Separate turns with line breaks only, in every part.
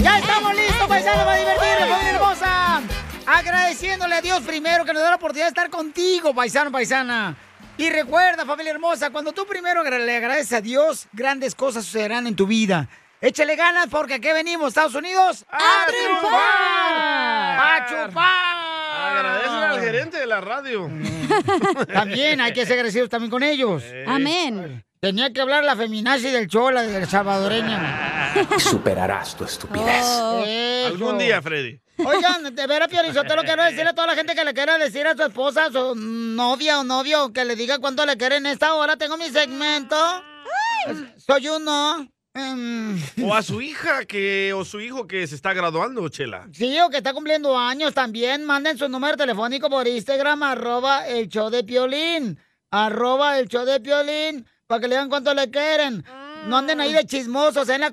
Ya estamos listos, paisanos, para divertirnos, familia hermosa. Agradeciéndole a Dios primero que nos da la oportunidad de estar contigo, paisano, paisana. Y recuerda, familia hermosa, cuando tú primero agra- le agradeces a Dios, grandes cosas sucederán en tu vida. Échale ganas porque aquí venimos, Estados Unidos, a, triunfar. A chupar.
Agradecen al gerente de la radio.
También hay que ser agradecidos también con ellos. Amén. Tenía que hablar la feminazi del Chola, del salvadoreña.
Superarás tu
Oh.
estupidez.
Eso.
Algún día, Freddy.
Oigan, de veras, Piorizotelo, quiero decirle a toda la gente que le quiera decir a su esposa, a su novia o novio, que le diga cuánto le quieren. Esta hora tengo mi segmento. Soy uno. Em,
O a su hija que, o su hijo que se está graduando, Chela.
sí, o que está cumpliendo años también. Manden su número telefónico por Instagram, arroba el show de Piolín. Arroba el show de Piolín, para que le digan cuánto le quieren. No anden ahí
Ah.
de chismosos en la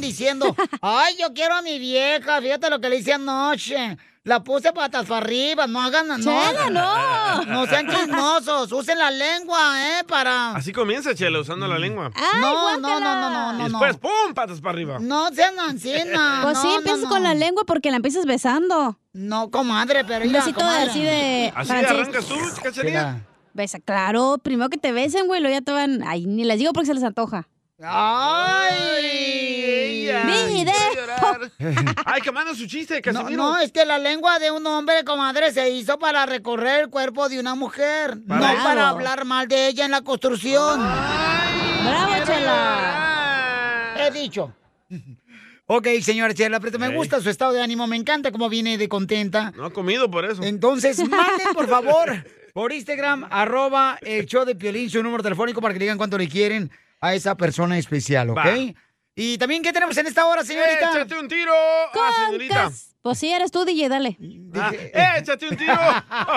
diciendo, ay, yo quiero a mi vieja, fíjate lo que le hice anoche. La puse patas para arriba, no hagan nada.
Chela, no.
No sean chismosos, usen la lengua, ¿eh? Para...
Así comienza, Chela, usando
Mm.
la lengua.
Ah,
Ay,
no,
guácala.
no, no, no, no,
Y
no, no.
después, ¡pum! Patas para arriba.
No sean ancianas.
Pues sí,
no, no,
empiezas
no.
con la lengua porque la empiezas besando.
No, comadre, pero
Un
mira,
besito
comadre.
así
eh,
de
Así
francés.
arrancas tú, cachanilla.
Mira.
Besa, claro, primero que te besen, güey, luego ya te van... Ay, ni les digo porque se les antoja.
¡Ay!
Mire.
Ay, que manda su chiste,
No,
Casimiro.
no, es que la lengua de un hombre, comadre, se hizo para recorrer el cuerpo de una mujer,
Para-
no para
Bravo.
hablar mal de ella en la construcción.
¡Bravo, Chela!
He dicho. Ok, señora Chela, pero me
Ey.
gusta su estado de ánimo, me encanta cómo viene de contenta.
No ha comido por eso.
Entonces, manden, por favor, por Instagram, arroba el show de Piolín, su número telefónico para que le digan cuánto le quieren a esa persona especial, ¿ok?
Va.
Y también, ¿qué tenemos en esta hora, señorita?
Échate un tiro, ah,
¡Con
señorita.
Cas... Pues sí, eres tú, DJ, dale.
Ah,
Dije-
échate un tiro.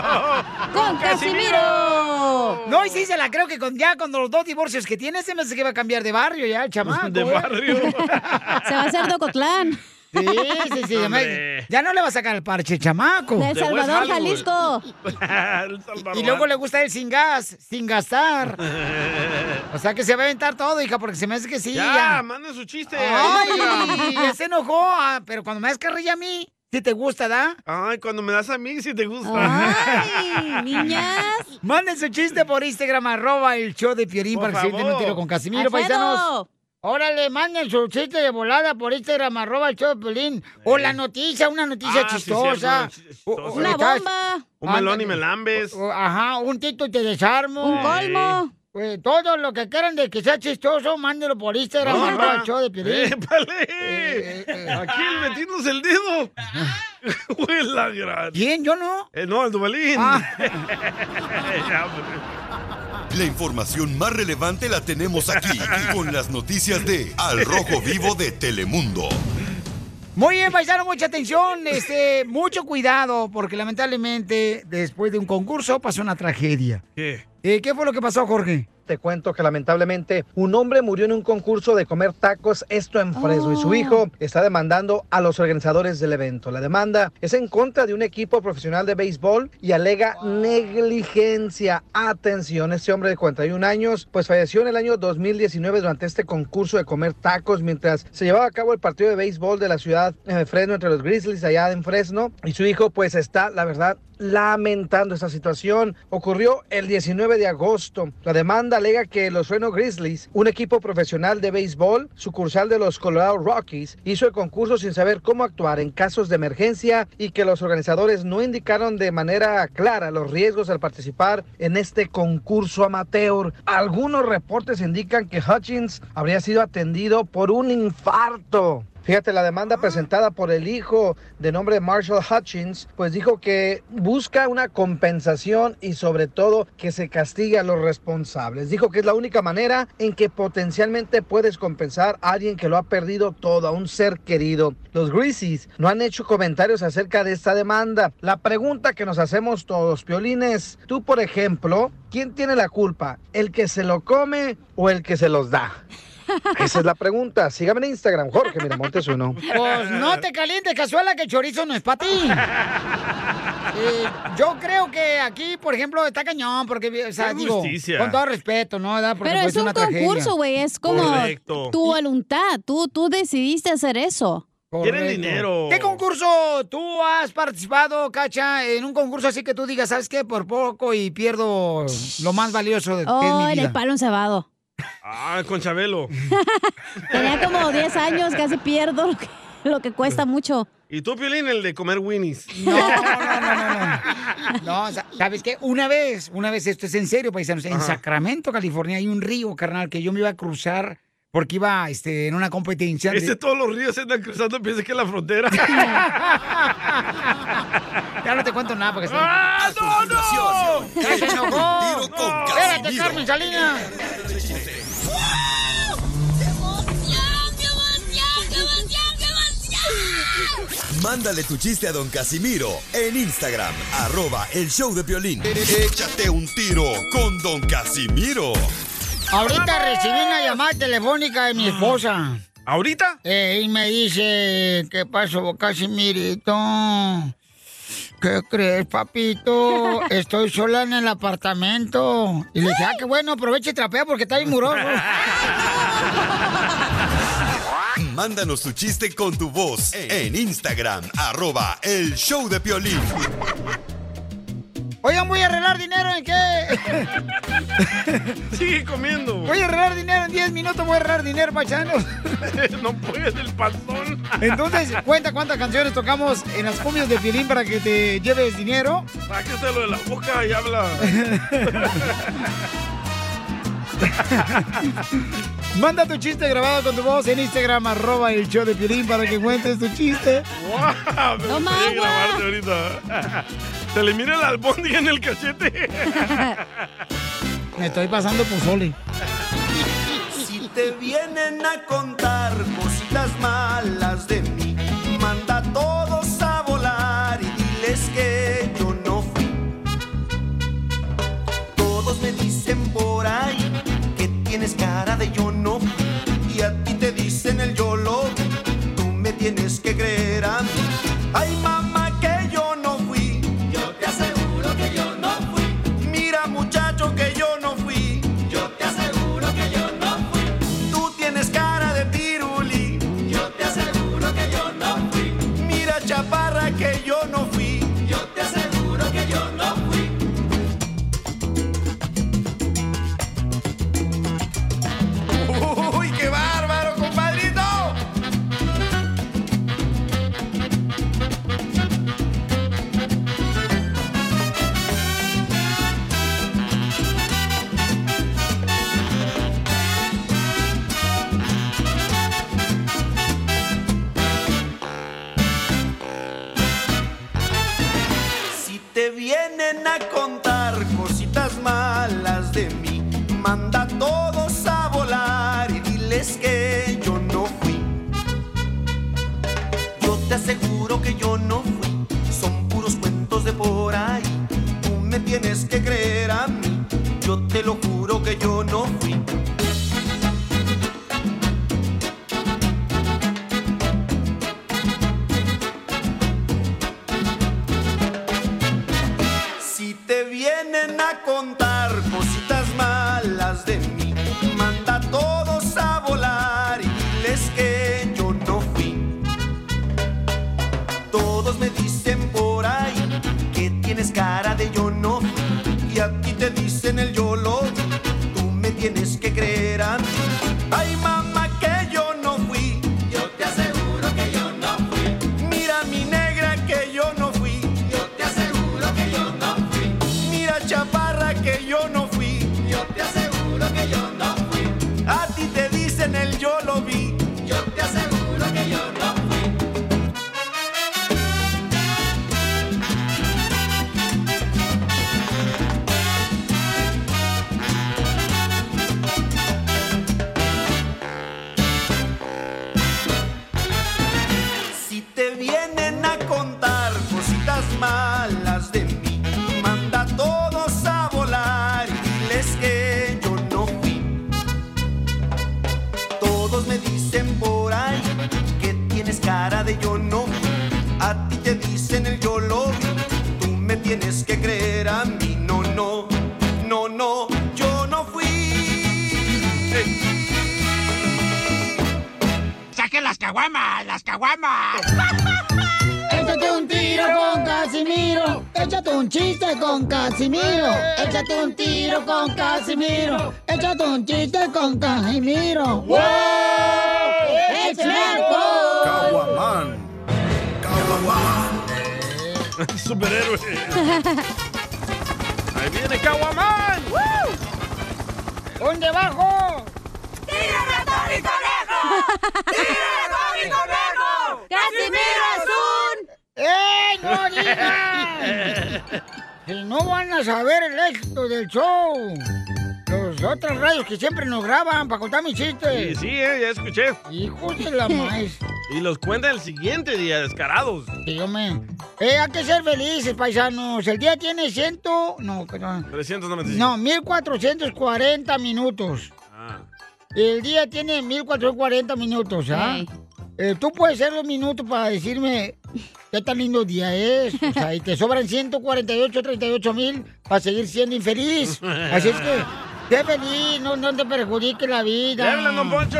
¡Con Casimiro!
No, y sí, se la creo que con, ya con los dos divorcios que tiene, se me hace que va a cambiar de barrio ya el chamaco.
De
¿eh?
barrio.
Se va a hacer Docotlán.
Sí, sí, sí. ya me-
Hombre.
ya no le va a sacar el parche, chamaco.
De El
West
Salvador,
Hollywood.
Jalisco.
El Salvador.
Y luego le gusta el sin gas, sin gastar. O sea que se va a aventar todo, hija, porque se me hace que sí.
Ya,
Ya.
manda su chiste.
Ay, ya se enojó. Ah, pero cuando me das carrilla a mí, si te gusta, ¿da?
Ay, cuando me das a mí, si te gusta.
¡Ay, niñas!
Manden su chiste por Instagram, arroba el show de Piorín
Por
para que se den un
favor.
tiro con Casimiro,
¡Alfredo!
paisanos. Órale, manden su chiste de volada por Instagram, arroba el show de Piolín. O la noticia, una noticia
Eh. Ah, sí, cierto, una
chistosa. O- o-
chistosa.
¡Una
¿estás?
bomba!
Un melón y
Ándale.
melambes.
O- Ajá, un tito y te desarmo.
¡Un colmo!
Eh, todo lo que quieran de que sea chistoso, mándenlo por Instagram,
Bomba.
arroba el show de Piolín.
¡Épale!
Eh, eh, eh.
Aquí el metiéndose el dedo. Güey, la gran.
¿Quién? Yo no.
Eh, no, el Dubalín.
Ah,
La información más relevante la tenemos aquí con las noticias de Al Rojo Vivo de Telemundo.
muy bien, paisano, mucha atención, este, mucho cuidado, porque lamentablemente después de un concurso pasó una tragedia.
¿Qué?
Eh, ¿Qué fue lo que pasó, Jorge?
Te cuento que lamentablemente un hombre murió en un concurso de comer tacos, esto en Fresno, y
Oh.
su hijo está demandando a los organizadores del evento. La demanda es en contra de un equipo profesional de béisbol y alega negligencia. Atención, este hombre de 41 años, pues falleció en el año 2019 durante este concurso de comer tacos mientras se llevaba a cabo el partido de béisbol de la ciudad de Fresno entre los Grizzlies allá en Fresno, y su hijo pues está, la verdad, lamentando esta situación. Ocurrió el 19 de agosto. La demanda demanda alega que los Reno Grizzlies, un equipo profesional de béisbol, sucursal de los Colorado Rockies, hizo el concurso sin saber cómo actuar en casos de emergencia y que los organizadores no indicaron de manera clara los riesgos al participar en este concurso amateur. Algunos reportes indican que Hutchins habría sido atendido por un infarto. Fíjate, la demanda presentada por el hijo de nombre Marshall Hutchins, pues dijo que busca una compensación y sobre todo que se castigue a los responsables. Dijo que es la única manera en que potencialmente puedes compensar a alguien que lo ha perdido todo, a un ser querido. Los Greasies no han hecho comentarios acerca de esta demanda. La pregunta que nos hacemos todos, Piolines, tú por ejemplo, ¿quién tiene la culpa? ¿El que se lo come o el que se los da? Esa es la pregunta. Sígame en Instagram, Jorge Miramontes uno.
Pues no te calientes, cazuela, que el chorizo no es para ti. Eh, yo creo que aquí, por ejemplo, está cañón, porque, o sea,
Qué
digo,
justicia.
con todo respeto, ¿no? ¿Verdad? Porque,
Pero
pues,
es un
una tragedia.
concurso, güey. Es como
Correcto.
tu voluntad. Tú, tú decidiste hacer eso.
Quieren
Correcto.
dinero.
¿Qué concurso tú has participado, Cacha, en un concurso así que tú digas, ¿sabes qué? Por poco y pierdo lo más valioso de que es
Oh,
mi
en el
vida.
palo cebado.
Ah, con Chabelo.
Tenía como 10 años, casi pierdo lo que, lo que cuesta mucho.
Y tú, Piolín, el de comer Winnie's.
No, no, no, no, no. No, sa- ¿sabes qué? Una vez, una vez, esto es en serio, paisanos, en
Ajá.
Sacramento, California, hay un río, carnal, que yo me iba a cruzar porque iba este, en una competencia. de-
Este todos los ríos se andan cruzando, piensa que es la frontera.
Ya no te cuento nada porque...
¡Ah, no, no!
¡Ya se enojó!
Tiro con
¡Espérate,
Casimiro.
Carmen Salinas!
Mándale tu chiste a don Casimiro en Instagram, arroba el show de violín. Échate un tiro con don Casimiro.
Ahorita recibí una llamada telefónica de mi esposa.
¿Ahorita?
Eh, y me dice, ¿qué pasó, Casimirito? ¿Qué crees, papito? Estoy sola en el apartamento. Y le dije, ah, qué bueno, aprovecha y trapea porque está bien muroso.
Mándanos tu chiste con tu voz en Instagram, arroba el show de violín.
Oigan, voy a arreglar dinero en qué?
Sigue comiendo.
Voy a arreglar dinero en 10 minutos, voy a arreglar dinero, paisanos.
No puedes, el panzón.
Entonces, cuenta cuántas canciones tocamos en las cumbias de Piolín para que te lleves dinero.
Sácatelo de la boca y habla.
Manda tu chiste grabado con tu voz en Instagram, arroba el show de Piolín para que cuentes tu chiste.
¡Wow! Ah, Me
Toma
gustaría
agua.
grabarte ahorita. ¿eh? Se le mira el albóndiga en el cachete.
Me estoy pasando pozole.
Si te vienen a contar cositas malas de mí, manda a todos a volar y diles que yo no fui. Todos me dicen por ahí que tienes cara de yo no fui. Y a ti te dicen el yo lo vi. Tú me tienes que creer a mí. Ay, mamá, que yo no fui. Yo te aseguro que yo no fui. Mira, muchacho, que yo no fui. Yo te aseguro que yo no fui. Tú tienes cara de piruli. Yo te aseguro que yo no fui. Mira, chaparra, que yo no fui. Yo te aseguro que yo no fui. ¡Uy, qué bárbaro, compadrito! Si te vienen a contar cositas malas de mí, manda a todos a volar y diles que yo no fui. Yo te aseguro que yo no fui, son puros cuentos de por ahí. Tú me tienes que creer a mí, yo te lo juro que yo no fui. Si te vienen a contar cositas malas de mí, manda a todos a volar y diles que yo no fui. Todos me dicen por ahí que tienes cara de yo no fui y a ti te dicen el yo lo vi. Tú Ay, mamá, que yo no fui. Yo te aseguro que yo no fui. Mira, mi negra, que yo no fui. Yo te aseguro que yo no fui. Mira, chaparra, que yo no fui. Yo te aseguro que yo no fui. A ti te dicen el yo lo vi. Yo te aseguro que yo no fui. Si te vienen a contar cositas malas de mí, manda a todos a volar y diles que yo no fui. Todos me dicen por ahí que tienes cara de yo no. A ti te dicen el yo lo vi. Tú me tienes que creer a mí, no, no, no, no, yo no fui.
¡Saquen las caguamas! ¡Las caguamas!
Échate un tiro con Casimiro. Échate un chiste con Casimiro. Échate un tiro con Casimiro. Échate un chiste con Casimiro. ¡Wow! ¡Échame alcohol!
Superhéroe. Ahí viene Caguamán.
¿Dónde bajo?
¡Casimiro
Azul! ¡Eh, no digas! Si no van a saber el éxito del show. Los otros radios que siempre nos graban para contar mis
Sí,
chistes.
sí, eh, ya escuché.
Hijos de la maíz.
Y los cuenta el siguiente día, descarados.
Sí, hombre. Eh, hay que ser felices, paisanos. El día tiene ciento... No, perdón.
395.
No, 1440 minutos.
Ah.
El día tiene 1440 minutos, ¿ah?
Ey.
Eh, Tú puedes ser dos minutos para decirme qué tan lindo día es. O sea, y te sobran 148, 38 mil para seguir siendo infeliz. Así es que, sé feliz, no, no te perjudique la vida.
¡Le hablan, don Poncho!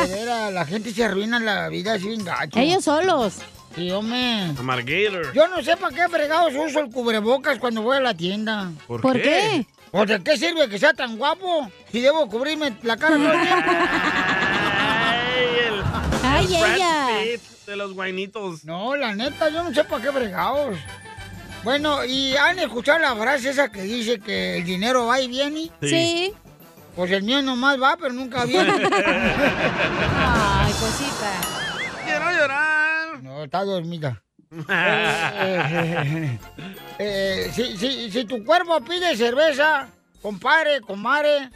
De veras, la gente se arruina la vida sin gacho.
Ellos solos.
Sí, hombre.
Amargator.
Eh. Yo no sé para qué fregados uso el cubrebocas cuando voy a la tienda.
¿Por ¿Por qué? qué?
¿Por de qué sirve que sea tan guapo si debo cubrirme la cara todo el tiempo?
Ay, el,
Ay,
el Brad
ella.
Pitt de los guainitos.
No, la neta, yo no sé para qué fregados. Bueno, ¿y han escuchado la frase esa que dice que el dinero va y viene?
Sí. Sí.
Pues el mío nomás va, pero nunca viene.
Ay,
cosita.
Quiero llorar.
No, está dormida. Eh, eh, si, si- si tu cuerpo pide cerveza, compadre, comare,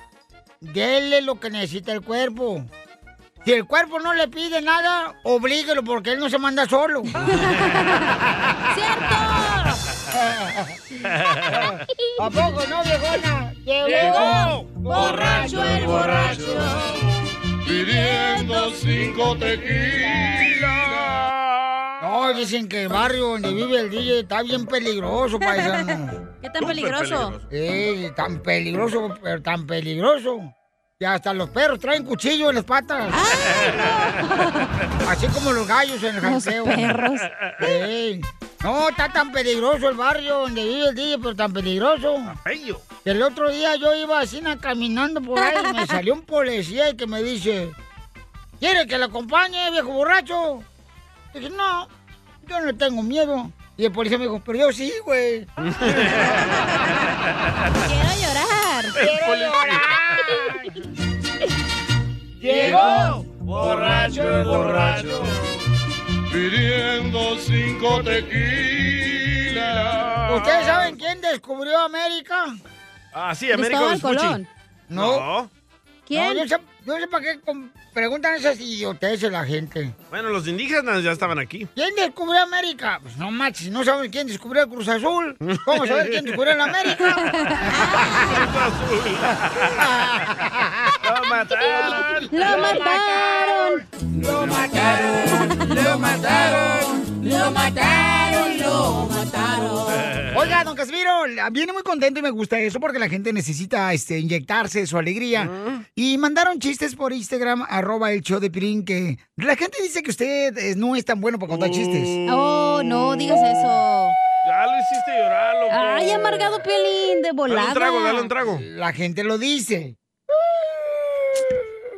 dele lo que necesita el cuerpo. Si el cuerpo no le pide nada, oblíguelo porque él no se manda solo. ¿A poco no, viejona?
Llegó
borracho el borracho
pidiendo cinco tequilas.
No, dicen que el barrio donde vive el DJ está bien peligroso, paisano.
¿Qué tan peligroso?
Sí, tan peligroso, pero tan peligroso. Que hasta los perros traen cuchillo en las patas. Así como los gallos en el
Los
janteo.
perros.
Sí. No, está tan peligroso el barrio donde vive el DJ, pero tan peligroso.
Bello.
Que El otro día yo iba así na, caminando por ahí y me salió un policía y que me dice, ¿quiere que le acompañe, viejo borracho? Y dije, no, yo no tengo miedo. Y el policía me dijo, pero yo sí, güey.
Quiero
llorar.
Quiero llorar. Llegó borracho el borracho pidiendo cinco tequilas.
¿Ustedes saben quién descubrió América?
Ah, sí, América
Cristóbal
Vespucci.
Colón. No.
¿Quién?
No, yo sé, yo sé para qué com- preguntan esas idioteces la gente.
Bueno, los indígenas ya estaban aquí.
¿Quién descubrió América? Pues no manches, no saben quién descubrió el Cruz Azul. ¿Cómo saben quién descubrió el América?
Lo mataron. Lo mataron. Lo mataron. Lo mataron. Lo mataron. Lo mataron.
Oiga, don Casimiro, la- viene muy contento y me gusta eso porque la gente necesita este, inyectarse su alegría.
Mm.
Y mandaron chistes por Instagram, arroba el show de Pirín, que la gente dice que usted eh, no es tan bueno para contar chistes.
Oh, no digas eso.
Ya lo hiciste llorar, loco.
Ay, amargado Oh, pelín de volada.
Dale un trago, dale un trago.
La gente lo dice.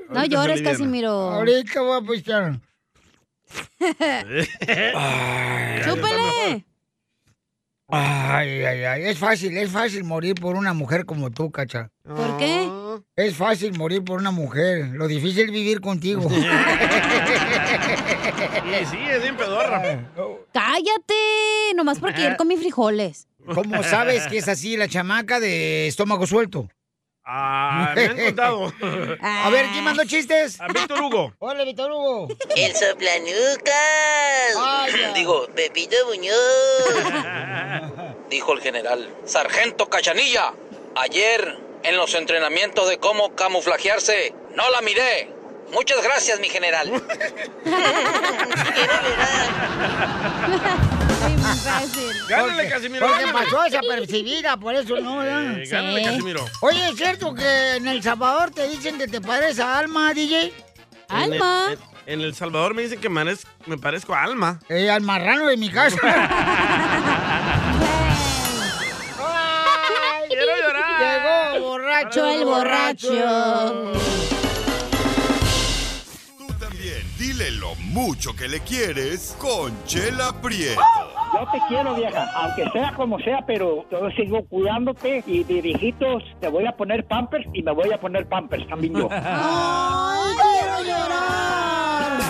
No llores, Casimiro.
Ahorita voy a pistear.
¡Chúpele!
Ay, ay, ay. Es fácil, es fácil morir por una mujer como tú, cacha. Ah.
¿Por qué?
Es fácil morir por una mujer. Lo difícil es vivir contigo.
Y sí, es bien
Eh.
pedorra.
¡Cállate! Nomás por
Ah.
querer comer frijoles.
¿Cómo sabes que es así la chamaca de estómago suelto?
Ah, me han contado. Ah.
A ver, ¿quién mandó chistes?
A Víctor Hugo.
Hola, Víctor Hugo.
El soplanucas. Digo, Pepito Muñoz.
Dijo el general. Sargento Cachanilla, ayer en los entrenamientos de cómo camuflajearse, no la miré. Muchas gracias, mi general.
Gánale, Casimiro.
Porque
gánale.
pasó desapercibida, por eso no. ¿verdad?
Eh, gánale, Casimiro.
Oye, ¿es cierto que en El Salvador te dicen que te pareces a Alma, DJ?
En el- En, en El Salvador me dicen que me parez- me parezco a Alma.
Eh, al marrano de mi casa.
¡Quiero llorar!
Llegó borracho
el borracho.
Dile lo mucho que le quieres con Chela Prieto.
Yo te quiero, vieja, aunque sea como sea, pero yo sigo cuidándote y de viejitos te voy a poner pampers y me voy a poner pampers también yo.
¡Ay, quiero llorar!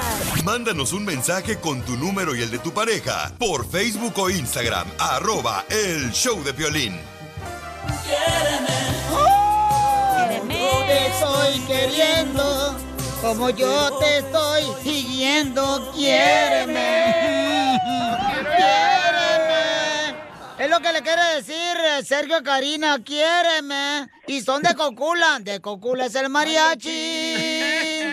Mándanos un mensaje con tu número y el de tu pareja por Facebook o Instagram, arroba el show de violín.
Yo te estoy queriendo, como yo te estoy siguiendo, quiéreme. Quiéreme. Es lo que le quiere decir eh, Sergio Karina, quiéreme. Y son de Cocula, de Cocula es el mariachi.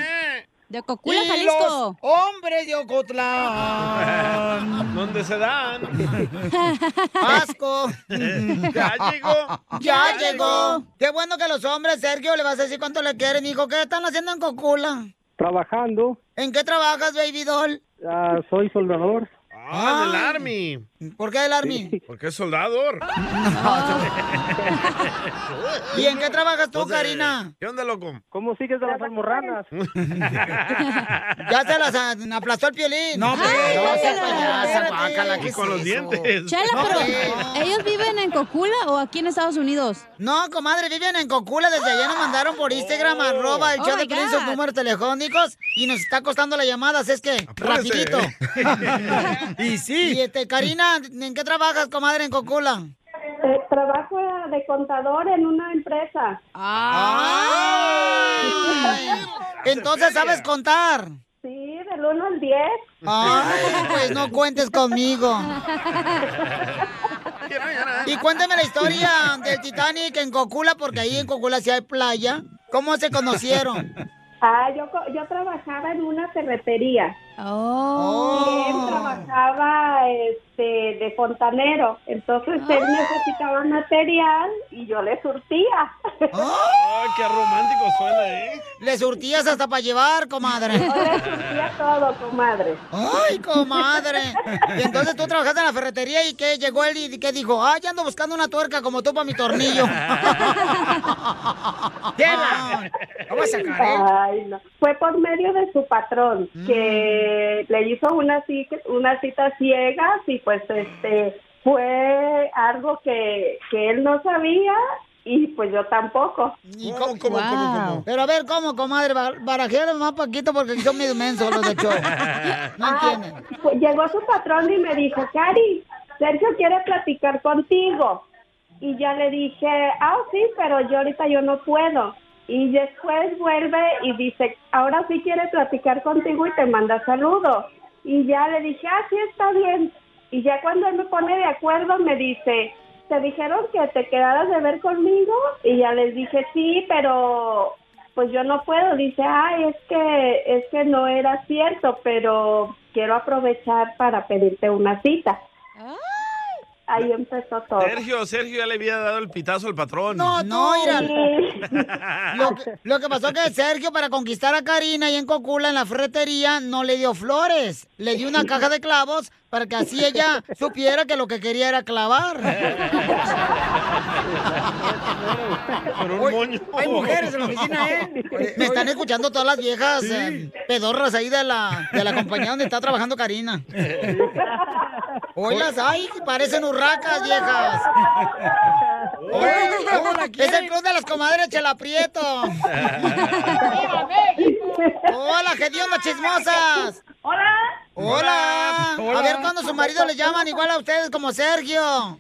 De Cocula,
y Los
Jalisco.
hombres de Ocotlán.
¿Dónde se dan?
Asco.
Ya llegó.
Ya llegó. Qué bueno que los hombres, Sergio, le vas a decir cuánto le quieren, hijo. ¿Qué están haciendo en Cocula?
Trabajando,
¿En qué trabajas, baby doll?
ah, soy soldador.
Ah, del Army.
¿Por qué del Army?
Porque es soldador.
¿Y en qué trabajas tú, Karina?
¿Qué onda, loco?
¿Cómo sigues de las almorranas?
Ya se las a- aplastó el piolín.
No, pero-
Ay, no seas
Espérate,
payasa,
espérate.
guácala, ¿qué
Y con
es
los
eso?
dientes.
Chela, pero ¿ellos viven en Cocula o aquí en Estados Unidos?
No, comadre, viven en Cocula. Desde allá nos mandaron por Instagram, arroba el
Oh
show de
my
Piolín,
God.
sus números telefónicos. Y nos está costando las llamadas, es que, rapidito.
y
sí. Y este, Karina, ¿en qué trabajas, comadre, en Cocula?
Eh, trabajo de contador en una empresa.
Ay. Ah, Entonces, ¿sabes contar?
Sí, del 1 al 10.
Ay, pues no cuentes conmigo. Y cuéntame la historia del Titanic en Cocula, porque ahí en Cocula sí hay playa. ¿Cómo se conocieron?
Ah, yo, co- yo trabajaba en una ferretería.
Oh.
Él trabajaba este, de fontanero. Entonces él necesitaba material y yo le surtía.
Ay, qué romántico suena, ¿eh?
Le surtías hasta para llevar, comadre.
surtía todo, comadre.
Ay, comadre. Y entonces tú trabajaste en la ferretería y que llegó él y que dijo, ay, ya ando buscando una tuerca como tú para mi tornillo.
Ah.
¡Tela! Lo voy a sacar, ¿eh?
Ay, no. Fue por medio de su patrón que le hizo una cita, una cita ciegas y pues este fue algo que, que él no sabía y pues yo tampoco.
¿Y cómo, cómo, cómo, cómo? Pero a ver, ¿cómo, comadre? Ba- Barajéalo más, Paquito, porque son medio mensos los de show. No entienden.
Pues llegó su patrón y me dijo, Cari, Sergio quiere platicar contigo. Y ya le dije, ah, sí, pero yo ahorita yo no puedo. Y después vuelve y dice, ahora sí quiere platicar contigo y te manda saludos. Y ya le dije, ah, sí, está bien. Y ya cuando él me pone de acuerdo, me dice, te dijeron que te quedaras de ver conmigo. Y ya les dije, sí, pero pues yo no puedo. Dice, ay, es que, es que no era cierto, pero quiero aprovechar para pedirte una cita. ahí empezó todo.
Sergio, Sergio ya le había dado el pitazo al patrón.
No, no, mira. Lo que, lo que pasó que Sergio, para conquistar a Karina y en Cocula, en la ferretería, no le dio flores. Le dio una caja de clavos para que así ella supiera que lo que quería era clavar.
Con
Uy, Hay mujeres en la oficina, ¿eh? Me están escuchando todas las viejas eh, pedorras ahí de la, de la compañía donde está trabajando Karina. Hoy las hay, parecen urracas, viejas. Hoy- hoy- es el club de las comadres Chela Prieto. ¡Viva México! ¡Hola, gediondas chismosas! ¡Hola! ¡Hola!
Hola.
A ver cuándo su marido le llaman igual a ustedes como Sergio.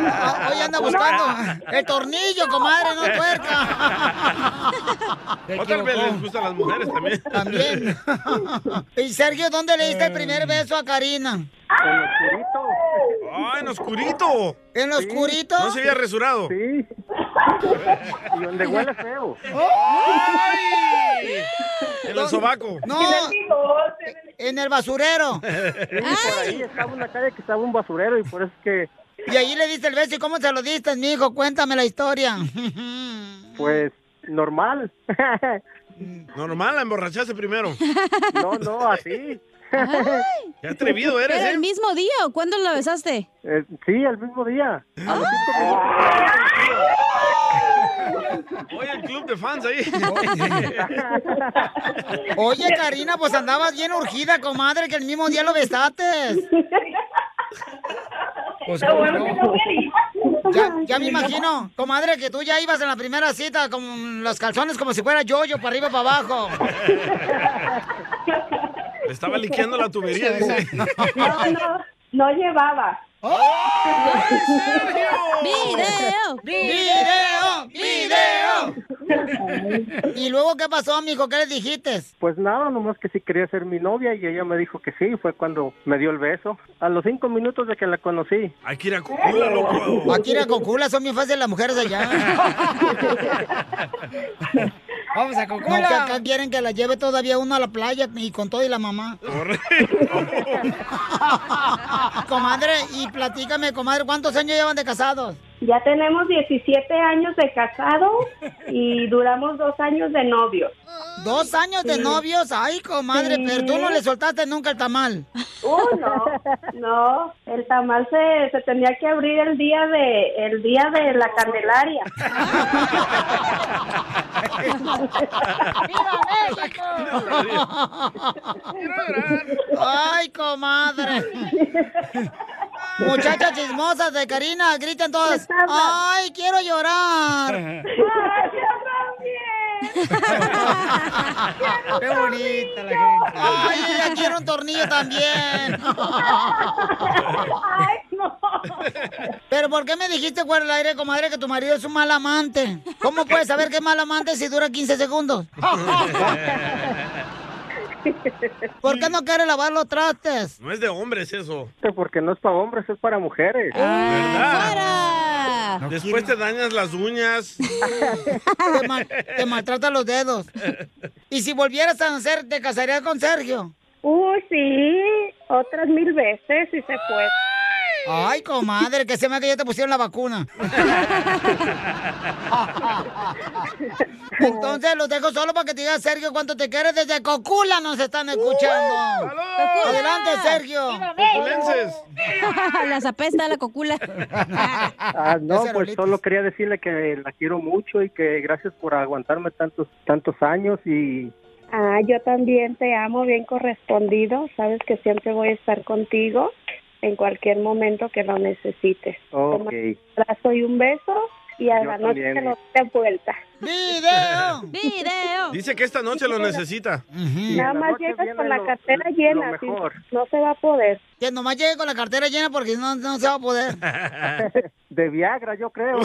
Ah, Hoy anda buscando el tornillo, comadre, no tuerca.
O tal vez les gustan las mujeres también.
También. Y Sergio, ¿dónde le diste el primer
Em.
beso a Karina?
¡Ah, en oscurito!
¿En oscurito?
¿No se había resurado? Sí.
Y donde huele feo.
¡Ay! En el sobaco.
No. En el basurero.
por ahí estaba una calle que estaba un basurero y por eso es que,
Y allí le diste el beso. ¿Y cómo se lo diste, mijo? Cuéntame la historia.
pues, normal.
Normal, la emborrachaste primero.
No, no, así.
Ay.
Qué atrevido eres,
¿Pero
¿eh?
el mismo día o cuándo la besaste? ¡Ah!
Eh, sí, el mismo día.
Oye, el club de fans ahí.
Oye, Karina, pues andabas bien urgida, comadre, que el mismo día lo besaste.
Pues,
Lo bueno que no
ya, ya me imagino, comadre, que tú ya ibas en la primera cita con los calzones como si fuera yo-yo, para arriba y para abajo.
Le estaba liqueando la tubería, dice.
No, no, no llevaba.
¡Oh! ¡Video! ¡Video! ¡Video! ¿Y luego qué pasó, mijo? ¿Qué le dijiste?
Pues nada, nomás que sí quería ser mi novia y ella me dijo que sí, fue cuando me dio el beso. A los cinco minutos de que la conocí.
Hay que ir a Cucula, loco.
Aquí era con cula, son bien fáciles las mujeres allá. Vamos a Cocula. No, que acá quieren que la lleve todavía uno a la playa y con todo y la mamá. comadre, y platícame, comadre, ¿cuántos años llevan de casados?
Ya tenemos 17 años de casado y duramos dos años de novios.
¿Dos años de novios? Ay, comadre,
Sí.
pero tú no le soltaste nunca el tamal.
Uh, no, no, el tamal se, se tenía que abrir el día de el día de la Candelaria.
Ay, comadre. Muchachas chismosas de Karina, gritan todas. Ay, quiero llorar. Qué bonita la gente. Ay, ella quiere un tornillo también. Pero ¿por qué me dijiste fuera el aire, comadre, que tu marido es un mal amante? ¿Cómo puedes saber que es mal amante si dura 15 segundos? ¿Por qué no quiere lavar los trastes?
No es de hombres eso.
Porque no es para hombres, es para mujeres.
Ah.
¿Verdad? Después te dañas las uñas.
Te, mal- te maltrata los dedos. ¿Y si volvieras a nacer, te casarías con Sergio?
Uh, sí, otras mil veces si se puede.
Ay, comadre, que se me que ya te pusieron la vacuna. Entonces los dejo solo para que te diga Sergio cuánto te quieres. Desde Cocula nos están escuchando. Adelante, Sergio.
Las apesta la cocula.
Ah, no,
Ese
pues
Rolitos.
solo quería decirle que la quiero mucho y que gracias por aguantarme tantos tantos años y
Ah, yo también te amo, bien correspondido. Sabes que siempre voy a estar contigo en cualquier momento que lo necesites.
ok.
Un abrazo y un beso y a
Yo
la noche
también. eh.
te lo doy de vuelta.
¡Video!
¡Video!
Dice que esta noche lo necesita.
Nada más llegas con la cartera llena, así no se va a poder.
Que nomás llegue con la cartera llena porque no, no se va a poder.
De Viagra, yo creo.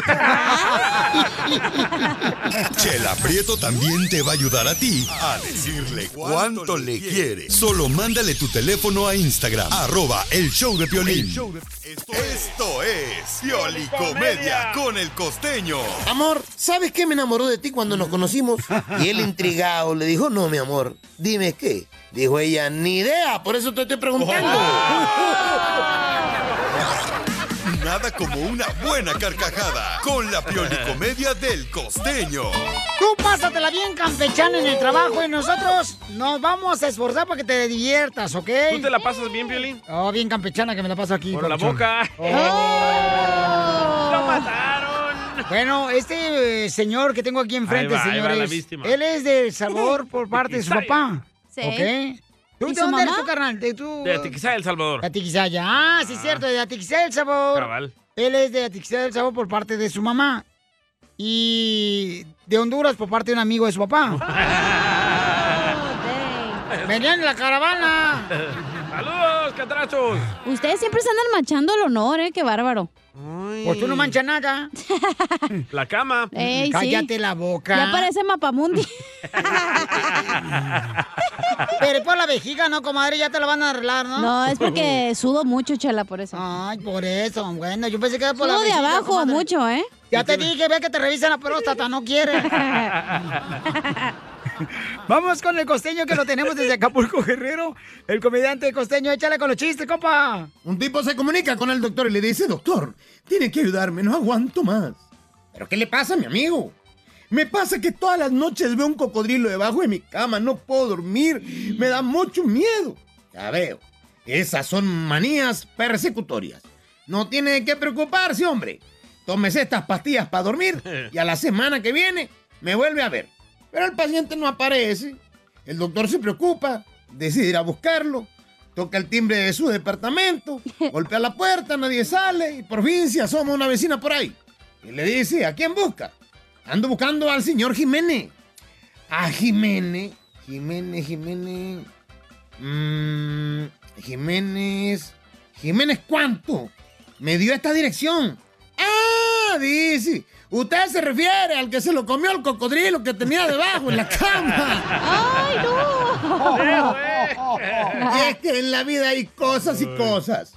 Chela Prieto también te va a ayudar a ti a decirle cuánto le quiere. Solo mándale tu teléfono a Instagram, arroba el show de Piolín. Esto es Pioli Comedia con el costeño.
Amor, ¿sabes qué me enamoró de ti cuando nos conocimos? Y él intrigado le dijo, no, mi amor, dime qué. Dijo ella, ni idea, por eso te estoy preguntando.
Nada como una buena carcajada con la Pioli Comedia del costeño.
Tú pásatela bien campechana en el trabajo y nosotros nos vamos a esforzar para que te diviertas, ¿ok? ¿Tú te
la pasas bien, Piolín?
Oh, bien campechana que me la paso aquí.
Por la
corchón.
boca.
¡Oh!
¡Lo
mataron! Bueno, este eh, señor que tengo aquí enfrente,
Ahí va, ahí va la
señores,
víctima.
él es de El Salvador por parte de su papá,
Sí.
¿ok? ¿Tú
¿Y
de
su
dónde eres
mamá?
tú, carnal? De, tú,
De Atiquizá, El Salvador.
Atiquizaya. Ah, sí,
Ah.
cierto, de Atiquizaya del Sabor.
Cabal.
Él es de Atiquizaya del Sabor por parte de su mamá. Y de Honduras por parte de un amigo de su papá. Venían en la caravana.
¡Saludos, catrachos!
Ustedes siempre se andan manchando el honor, ¿eh? Qué bárbaro.
Pues tú no manchas nada.
La cama.
Ey, sí.
Mm, Cállate la boca.
Ya parece mapamundi.
Pero es por la vejiga, ¿no, comadre? Ya te la van a arreglar, ¿no?
No, es porque sudo mucho, chela, por eso.
Ay, por eso. Bueno, yo pensé que era por la
Sudo de
vejiga,
abajo
comadre.
mucho, ¿eh?
Ya te dije, ve que te revisan la próstata, no quiere. Vamos con el costeño que lo tenemos desde Acapulco, Guerrero. El comediante costeño, échale con los chistes, compa.
Un tipo se comunica con el doctor y le dice, doctor, tiene que ayudarme, no aguanto más. ¿Pero qué le pasa, mi amigo? Me pasa que todas las noches veo un cocodrilo debajo de mi cama, no puedo dormir, me da mucho miedo. Ya veo, esas son manías persecutorias. No tiene de qué preocuparse, hombre. Tómese estas pastillas para dormir y a la semana que viene me vuelve a ver. Pero el paciente no aparece. El doctor se preocupa, decide ir a buscarlo, toca el timbre de su departamento, golpea la puerta, nadie sale y por fin se asoma una vecina por ahí. Y le dice, ¿a quién busca? Ando buscando al señor Jiménez. A Jiménez, Jiménez, Jiménez. Mm, Jiménez. Jiménez, ¿cuánto? Me dio esta dirección. Ah, dice. Usted se refiere al que se lo comió el cocodrilo que tenía debajo en la cama.
¡Ay, no!
Y es que en la vida hay cosas y cosas.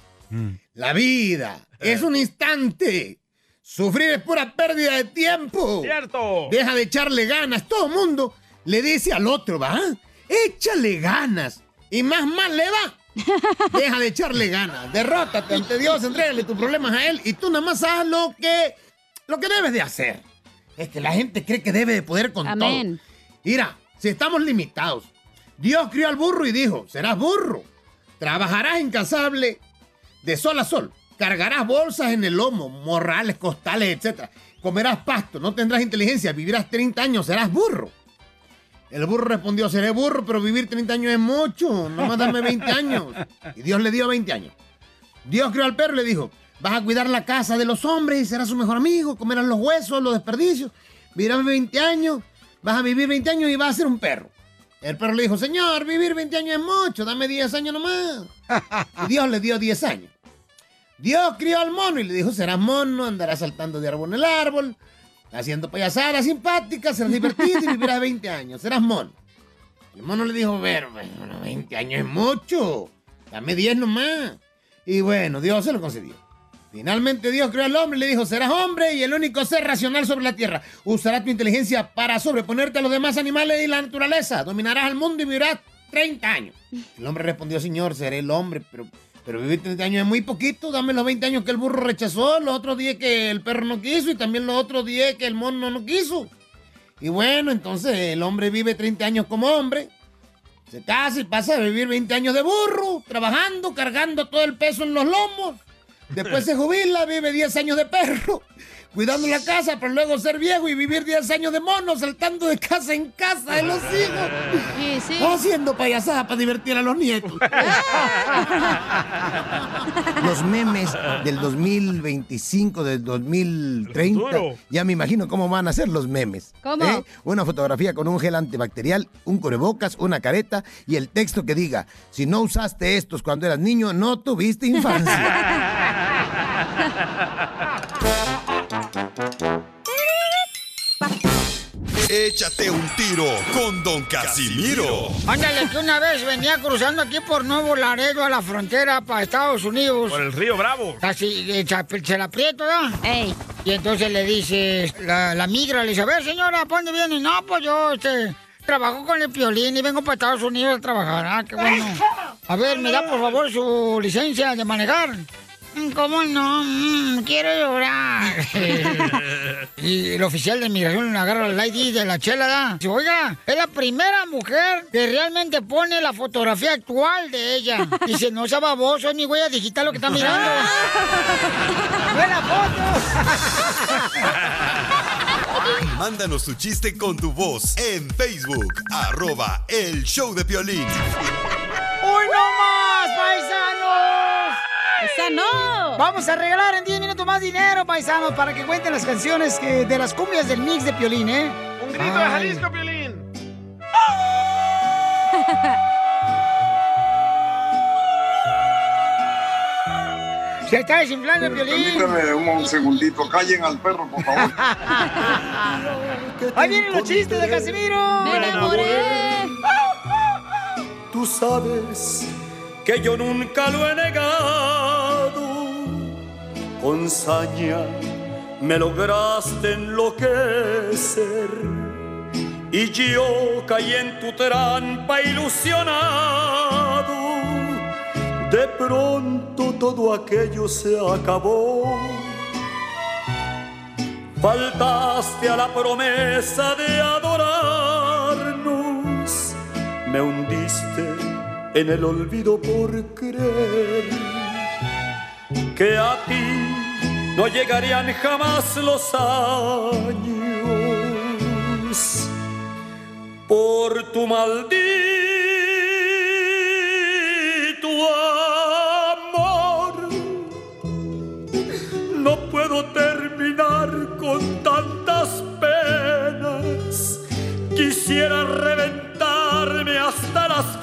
La vida es un instante. Sufrir es pura pérdida de tiempo.
Cierto.
Deja de echarle ganas. Todo el mundo le dice al otro, va. Échale ganas. Y más mal le va. Deja de echarle ganas. Derrótate ante Dios, entrégale tus problemas a Él y tú nada más haz lo que, lo que debes de hacer. Es que la gente cree que debe de poder con
Amén.
todo. Mira, si estamos limitados, Dios crió al burro y dijo, serás burro, trabajarás incansable de sol a sol, cargarás bolsas en el lomo, morrales, costales, etc. Comerás pasto, no tendrás inteligencia, vivirás 30 años, serás burro. El burro respondió, seré burro, pero vivir 30 años es mucho, nomás dame 20 años. Y Dios le dio 20 años. Dios creó al perro y le dijo, vas a cuidar la casa de los hombres y serás su mejor amigo, comerás los huesos, los desperdicios, vivirás 20 años, vas a vivir 20 años y vas a ser un perro. El perro le dijo, señor, vivir 20 años es mucho, dame 10 años nomás. Y Dios le dio 10 años. Dios crió al mono y le dijo, serás mono, andarás saltando de árbol en el árbol, haciendo payasadas simpáticas, serás divertido y vivirás 20 años, serás mono. El mono le dijo, pero bueno, 20 años es mucho, dame 10 nomás. Y bueno, Dios se lo concedió. Finalmente Dios creó al hombre y le dijo, serás hombre y el único ser racional sobre la tierra. Usarás tu inteligencia para sobreponerte a los demás animales y la naturaleza. Dominarás al mundo y vivirás 30 años. El hombre respondió, señor, seré el hombre, pero, pero vivir 30 años es muy poquito. Dame los 20 años que el burro rechazó, los otros 10 que el perro no quiso y también los otros 10 que el mono no quiso. Y bueno, entonces el hombre vive 30 años como hombre. Se casa y pasa a vivir 20 años de burro, trabajando, cargando todo el peso en los lomos. Después se jubila, vive 10 años de perro. cuidando la casa, pero luego ser viejo y vivir 10 años de mono, saltando de casa en casa de los hijos.
Oh,
Haciendo payasadas para divertir a los nietos.
Los memes del 2025, del 2030,
futuro.
ya me imagino cómo van a ser los memes. ¿eh?
¿Cómo?
Una fotografía con un gel antibacterial, un cubrebocas, una careta y el texto que diga, si no usaste estos cuando eras niño, no tuviste infancia.
Échate un tiro con Don Casimiro.
Ándale, que una vez venía cruzando aquí por Nuevo Laredo a la frontera para Estados Unidos.
Por el río Bravo.
Casi eh, cha- se la aprieto, ¿verdad? Y entonces le dice la, la migra, le dice, a ver, señora, ¿para dónde viene? No, pues yo este, trabajo con el violín y vengo para Estados Unidos a trabajar. Ah, qué bueno. A ver, ¿me da por favor su licencia de manejar? "Mm, ¿Cómo no? Mm, quiero llorar. Y el oficial de inmigración le agarra el ID de la chela, ¿da? Dice, oiga, es la primera mujer que realmente pone la fotografía actual de ella. Dice, no sea baboso, es mi huella digital lo que está mirando. ¡Buena
Mándanos tu chiste con tu voz en Facebook, arroba el show de Piolín.
¡Uy, no más, paisanos! ¡Paisano! Vamos a regalar en 10 minutos más dinero, paisanos, para que cuenten las canciones que- de las cumbias del mix de Piolín, ¿eh?
Un grito de Jalisco, Piolín.
Se está desinflando el Piolín.
Eh, Permítame un segundito, callen al perro, por favor.
¡Ahí vienen los chistes de Casimiro!
Me enamoré.
Tú sabes que yo nunca lo he negado. Con saña me lograste enloquecer. Y yo caí en tu trampa ilusionado. De pronto todo aquello se acabó. Faltaste a la promesa de adorarnos. Me hundiste en el olvido por creer que a ti no llegarían jamás los años por tu maldito amor. No puedo terminar con tantas penas. Quisiera reventarme hasta las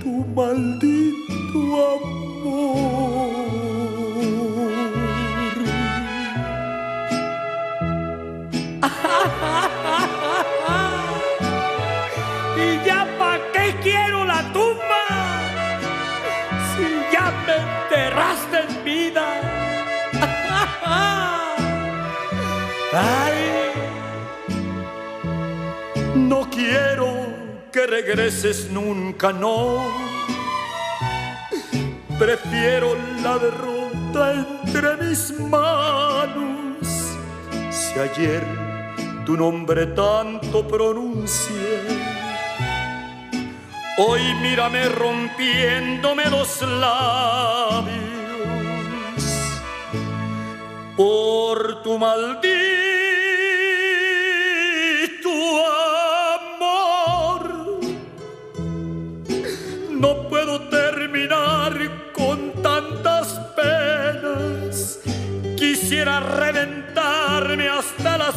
tu maldito amor. ¿Y ya para qué quiero la tumba? Si ya me enterraste en vida. Ay, no quiero que regreses nunca, no. Prefiero la derrota entre mis manos. Si ayer tu nombre tanto pronuncié, hoy mírame rompiéndome los labios por tu maldito amor. No puedo terminar con tantas penas. Quisiera reventarme hasta las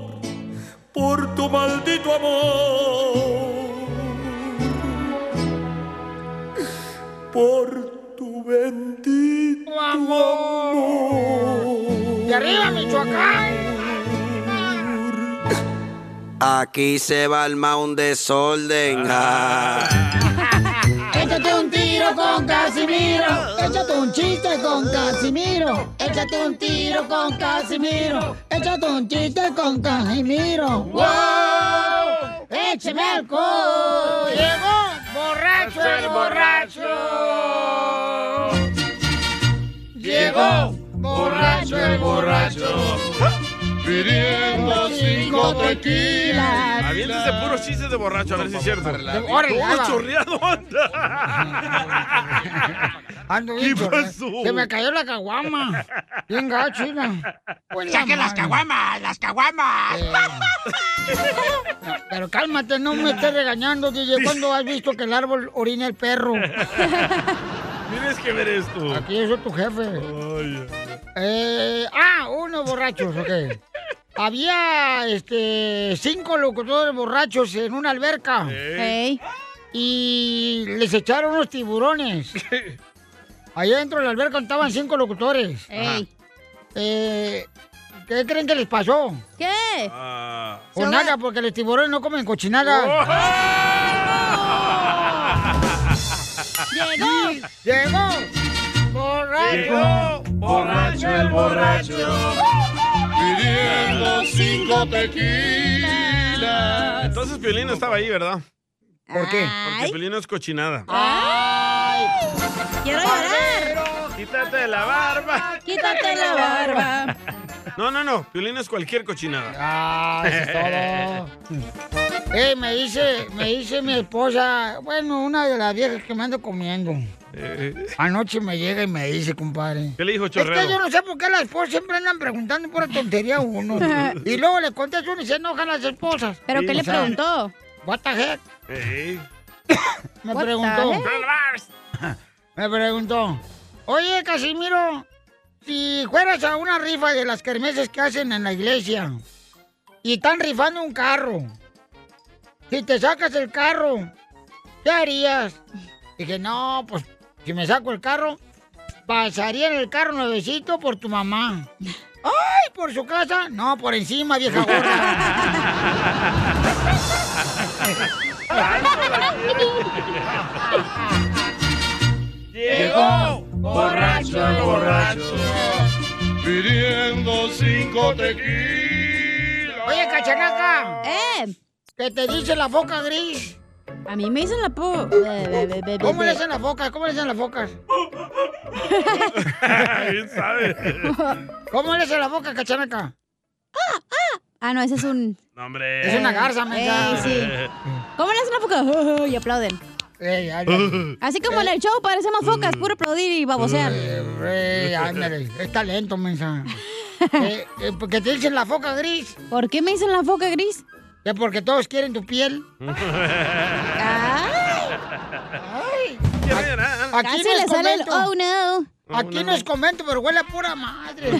por tu maldito amor, por tu bendito amor.
¡De arriba, Michoacán!
Aquí se va el un desorden.
Échate un tiro con Casimiro. Échate un chiste con Casimiro. Échate un tiro con Casimiro. Échate un chiste con Casimiro. ¡Wow! ¡Échame alcohol! ¡Llegó! ¡Borracho el borracho!
Llegó borracho el borracho. Pidiendo cinco tequilas.
Aviéntese puros chistes de borracho, a ver si es cierto.
órale,
Todo
ahí va.
chorreado anda.
Ando bien
¿Qué
chorreado.
pasó?
Se me cayó la caguama. Bien gacho, hija. Huele
Saque
a
las
madre.
caguamas, las caguamas.
Eh. No, pero cálmate, no me estés regañando, DJ. ¿Cuándo has visto que el árbol orina el perro?
Tienes que ver esto.
Aquí yo soy tu jefe. Eh, ah, unos borrachos, ok. Había este, cinco locutores borrachos en una alberca.
Ey.
Y les echaron unos tiburones. Allá dentro de la alberca estaban cinco locutores.
Ey.
Eh, ¿Qué creen que les pasó? ¿Qué? Pues nada, porque los tiburones no comen cochinadas.
¡Oh!
Llegó.
Llegó. Borracho.
Borracho el borracho. Pidiendo cinco tequilas.
Entonces Piolín no estaba ahí, ¿verdad?
¿Por qué?
Porque Piolín no es cochinada.
¡Quiero llorar!
¡Quítate la barba!
¡Quítate la barba!
No, no, no. Piolín es cualquier cochinada.
Ah, eso es todo. Eh, me dice, me dice mi esposa, bueno, una de las viejas que me ando comiendo. Anoche me llega y me dice, compadre.
Eh. ¿Qué le dijo
Es que yo
Chorreado?
no sé por qué las esposas siempre andan preguntando por tontería a uno. y luego le contesto uno y se enojan las esposas.
¿Pero qué le preguntó?
What the heck?
Ey.
Me
What the
preguntó.
heck?
Me preguntó. Oye, Casimiro, si fueras a una rifa de las kermeses que hacen en la iglesia y están rifando un carro, si te sacas el carro, ¿qué harías? Dije, no, pues si me saco el carro, pasaría en el carro nuevecito por tu mamá. ¡Ay, por su casa! No, por encima, vieja gorda.
Llegó borracho el borracho.
Pidiendo cinco tequilas.
Oye, cachanaca. ¿Eh? ¿Qué te dice la foca gris?
A mí me dicen la po... eh,
¿Cómo le hacen las focas? ¿Cómo le hacen las focas?
Bien sabe.
¿Cómo le hacen las focas, cachanaca?
Ah, no, ese es un...
No, hombre.
Es una garza, mensa. Ey, sí. ¿Cómo le hacen la foca? Uh, Y aplauden. Así como en el show parecemos focas, puro aplaudir y babosear.
Ey, Eh, ándale, es talento, mensa. Eh, eh, ¿Por qué te dicen la foca gris?
¿Por qué me dicen la foca gris?
Que porque todos quieren tu piel. Ay.
Casi le sale el oh,
Ah,
no. Aquí no, es comento, pero huele a pura madre.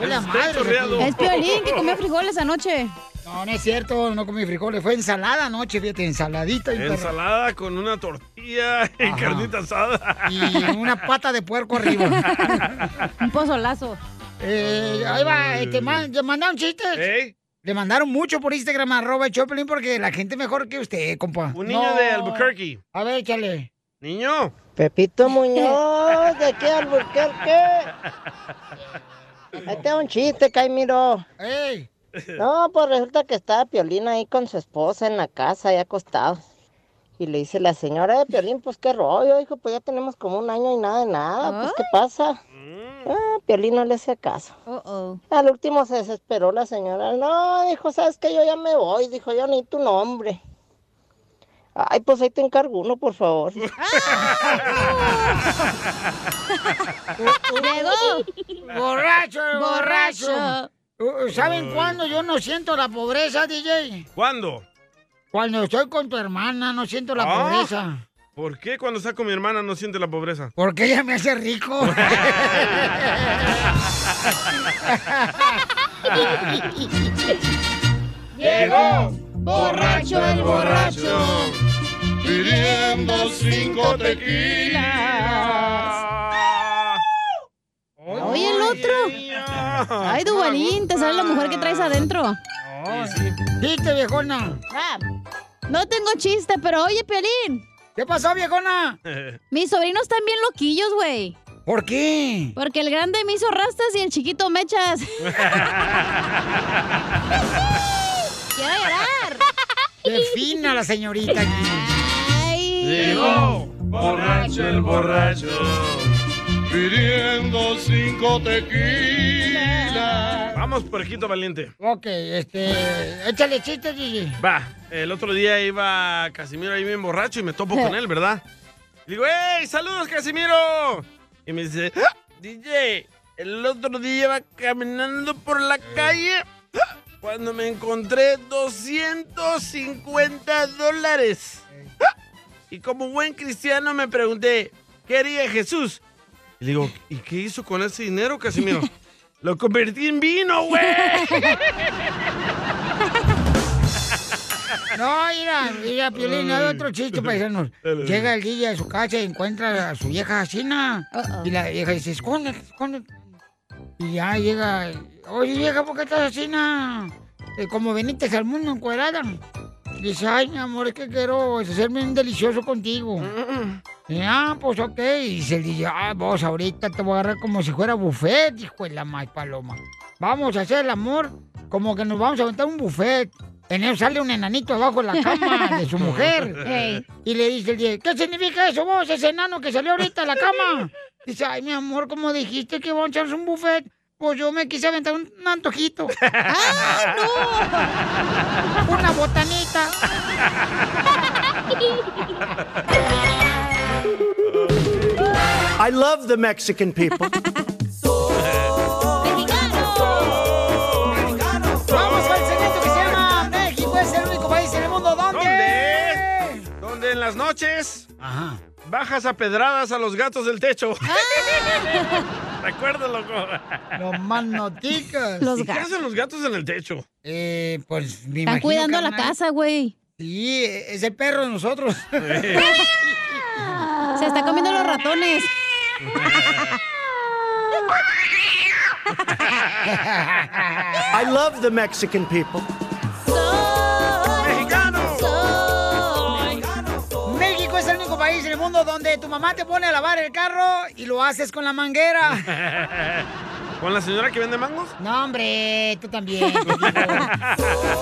huele a
Está
madre.
chorreado. Es Piolín, que comió frijoles anoche.
No, no es cierto, no comí frijoles. Fue ensalada anoche, fíjate, ensaladita. y perro.
Ensalada con una tortilla y carnita asada.
Y una pata de puerco arriba.
Un pozolazo.
Eh, ahí va, eh, te, man- te mandaron chistes. Le mandaron mucho por Instagram, arroba el Choplin, porque la gente mejor que usted, compa.
Un niño de Albuquerque.
A ver, échale.
Niño.
Pepito Muñoz, de aquí Albuquerque. Ahí tengo Este un chiste, Caimiro.
¡Ey!
No, pues resulta que estaba Piolín ahí con su esposa en la casa, ya acostados. Y le dice la señora de Piolín, pues qué rollo, hijo, pues ya tenemos como un año y nada de nada, pues qué pasa.
Mm.
Ah, Piolín no le hacía caso. Al último se desesperó la señora. No, dijo, ¿sabes qué? Yo ya me voy. Dijo, yo ni tu nombre. Ay, pues ahí te encargo uno, por favor.
Llegó. Borracho, borracho.
Borracho.
Uh, ¿Saben cuándo yo no siento la pobreza, DJ?
¿Cuándo?
Cuando estoy con tu hermana, no siento la
Ah.
pobreza.
¿Por qué cuando está con mi hermana no siente la pobreza?
Porque ella me hace rico.
Llegó borracho el borracho, pidiendo cinco tequilas.
Oye, el otro. Ay, Dubalín, te sale la mujer que traes adentro.
Viste, viejona.
Ah, No tengo chiste, pero oye, Piolín.
¿Qué pasó, viejona?
Mis sobrinos están bien loquillos, güey.
¿Por qué?
Porque el grande me hizo rastas y el chiquito mechas. ¡Quiero llorar!
¡Qué fina la señorita aquí!
Llegó borracho el borracho, pidiendo cinco tequilas.
Vamos, puerquito valiente.
Ok, este. Échale chistes, Gigi.
Va, el otro día iba Casimiro ahí bien borracho y me topo con él, ¿verdad? Y digo, ¡hey! ¡Saludos, Casimiro! Y me dice, "Ah, DJ, el otro día iba caminando por la calle ah, cuando me encontré 250 dólares. Ah, Y como buen cristiano me pregunté, ¿qué haría Jesús? Y le digo, ¿y qué hizo con ese dinero, Casimiro? Lo convertí en vino, güey.
No, mira, mira, Piolín, hay otro chiste, paisanos.
Dale, dale.
Llega el DJ a su casa y encuentra a su vieja china. Y la vieja dice, escóndete, escóndete. Y ya llega, oye, vieja, ¿por qué estás china? como veniste al mundo encuadrada. Dice, ay, mi amor, es que quiero hacerme un delicioso contigo. Y, ah, pues ok. Y dice el DJ, ah, vos ahorita te voy a agarrar como si fuera buffet, hijo de la más paloma. Vamos a hacer el amor como que nos vamos a aventar un buffet. En él sale un enanito abajo de la cama de su mujer.
Ey.
Y le dice el DJ, ¿qué significa eso vos, ese enano que salió ahorita de la cama? Dice, ay, mi amor, como dijiste que vamos a echarnos un buffet, pues yo me quise aventar un, un antojito. ¡Ah, no! Una botanita.
I love the Mexican people.
Vamos al segmento que se llama México es el único país en el mundo donde...
¿Dónde? Donde en las noches bajas a pedradas a los gatos del techo. Recuerda, loco.
Los más noticas.
¿Y ¿Qué hacen los gatos en el techo?
Eh, pues
Están
me imagino,
cuidando la
carnal.
casa, güey.
Sí, e-, es el perro de nosotros.
Se está comiendo los ratones.
I love the Mexican people.
México es el único país en el mundo donde tu mamá te pone a lavar el carro y lo haces con la manguera.
¿Con la señora que vende mangos?
No, hombre, tú también. te digo.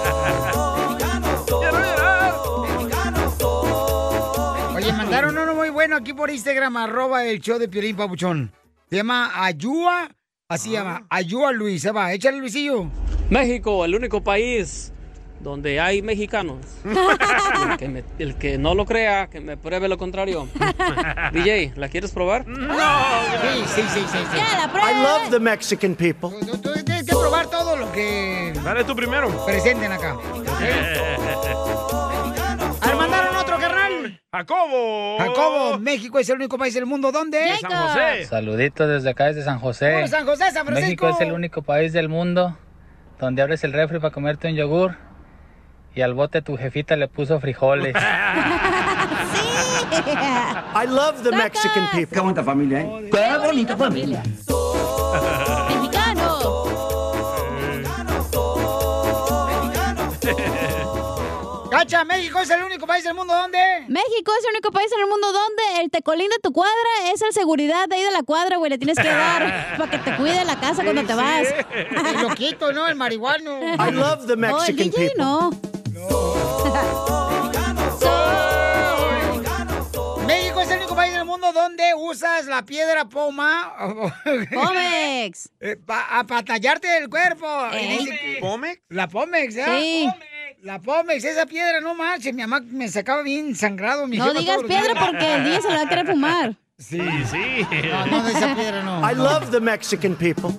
Oye, mandaron uno muy bueno aquí por Instagram, arroba el show de Piolín Pabuchón. Se llama Ayúa, así llama, Ayúa Luis, se va, échale Luisillo.
Ah. México, el único país donde hay mexicanos. el, que me- el que no lo crea, que me pruebe lo contrario. DJ, ¿la quieres probar?
No, sí, sí, sí, sí. sí.
I love the Mexican people.
Tú tienes que probar todo lo que...
Dale tú primero.
Presenten acá. Al mandaron otro carnal.
Jacobo.
Jacobo, México es el único país del mundo donde...
Saluditos Ah, desde acá, desde San José.
Vamos, San José, San Francisco.
México es el único país del mundo donde abres el refri para comerte un yogur y al bote tu jefita le puso frijoles.
I love the Mexican people. Qué bonita familia, ¿eh? Qué bonita familia.
Cacha, México es el único país del mundo donde...
México es el único país en el mundo donde el tecolín de tu cuadra es el seguridad de ahí de la cuadra, güey. Le tienes que dar para que te cuide la casa cuando te vas.
El loquito, ¿no? El marihuano.
I love the Mexican
no, el DJ
people.
no.
México es el único país del mundo donde usas la piedra poma.
Pomex.
Eh, a patallarte el cuerpo.
¿Eh?
¿Pomex? La Pomex, ¿ya?
Sí.
La Pomex, esa piedra, no manches. Mi mamá me sacaba bien sangrado. Mi
No
jefa
digas
todos los
piedra
días.
porque el día se la va a querer fumar.
Sí, sí.
No, no, de esa piedra no.
I love the Mexican people.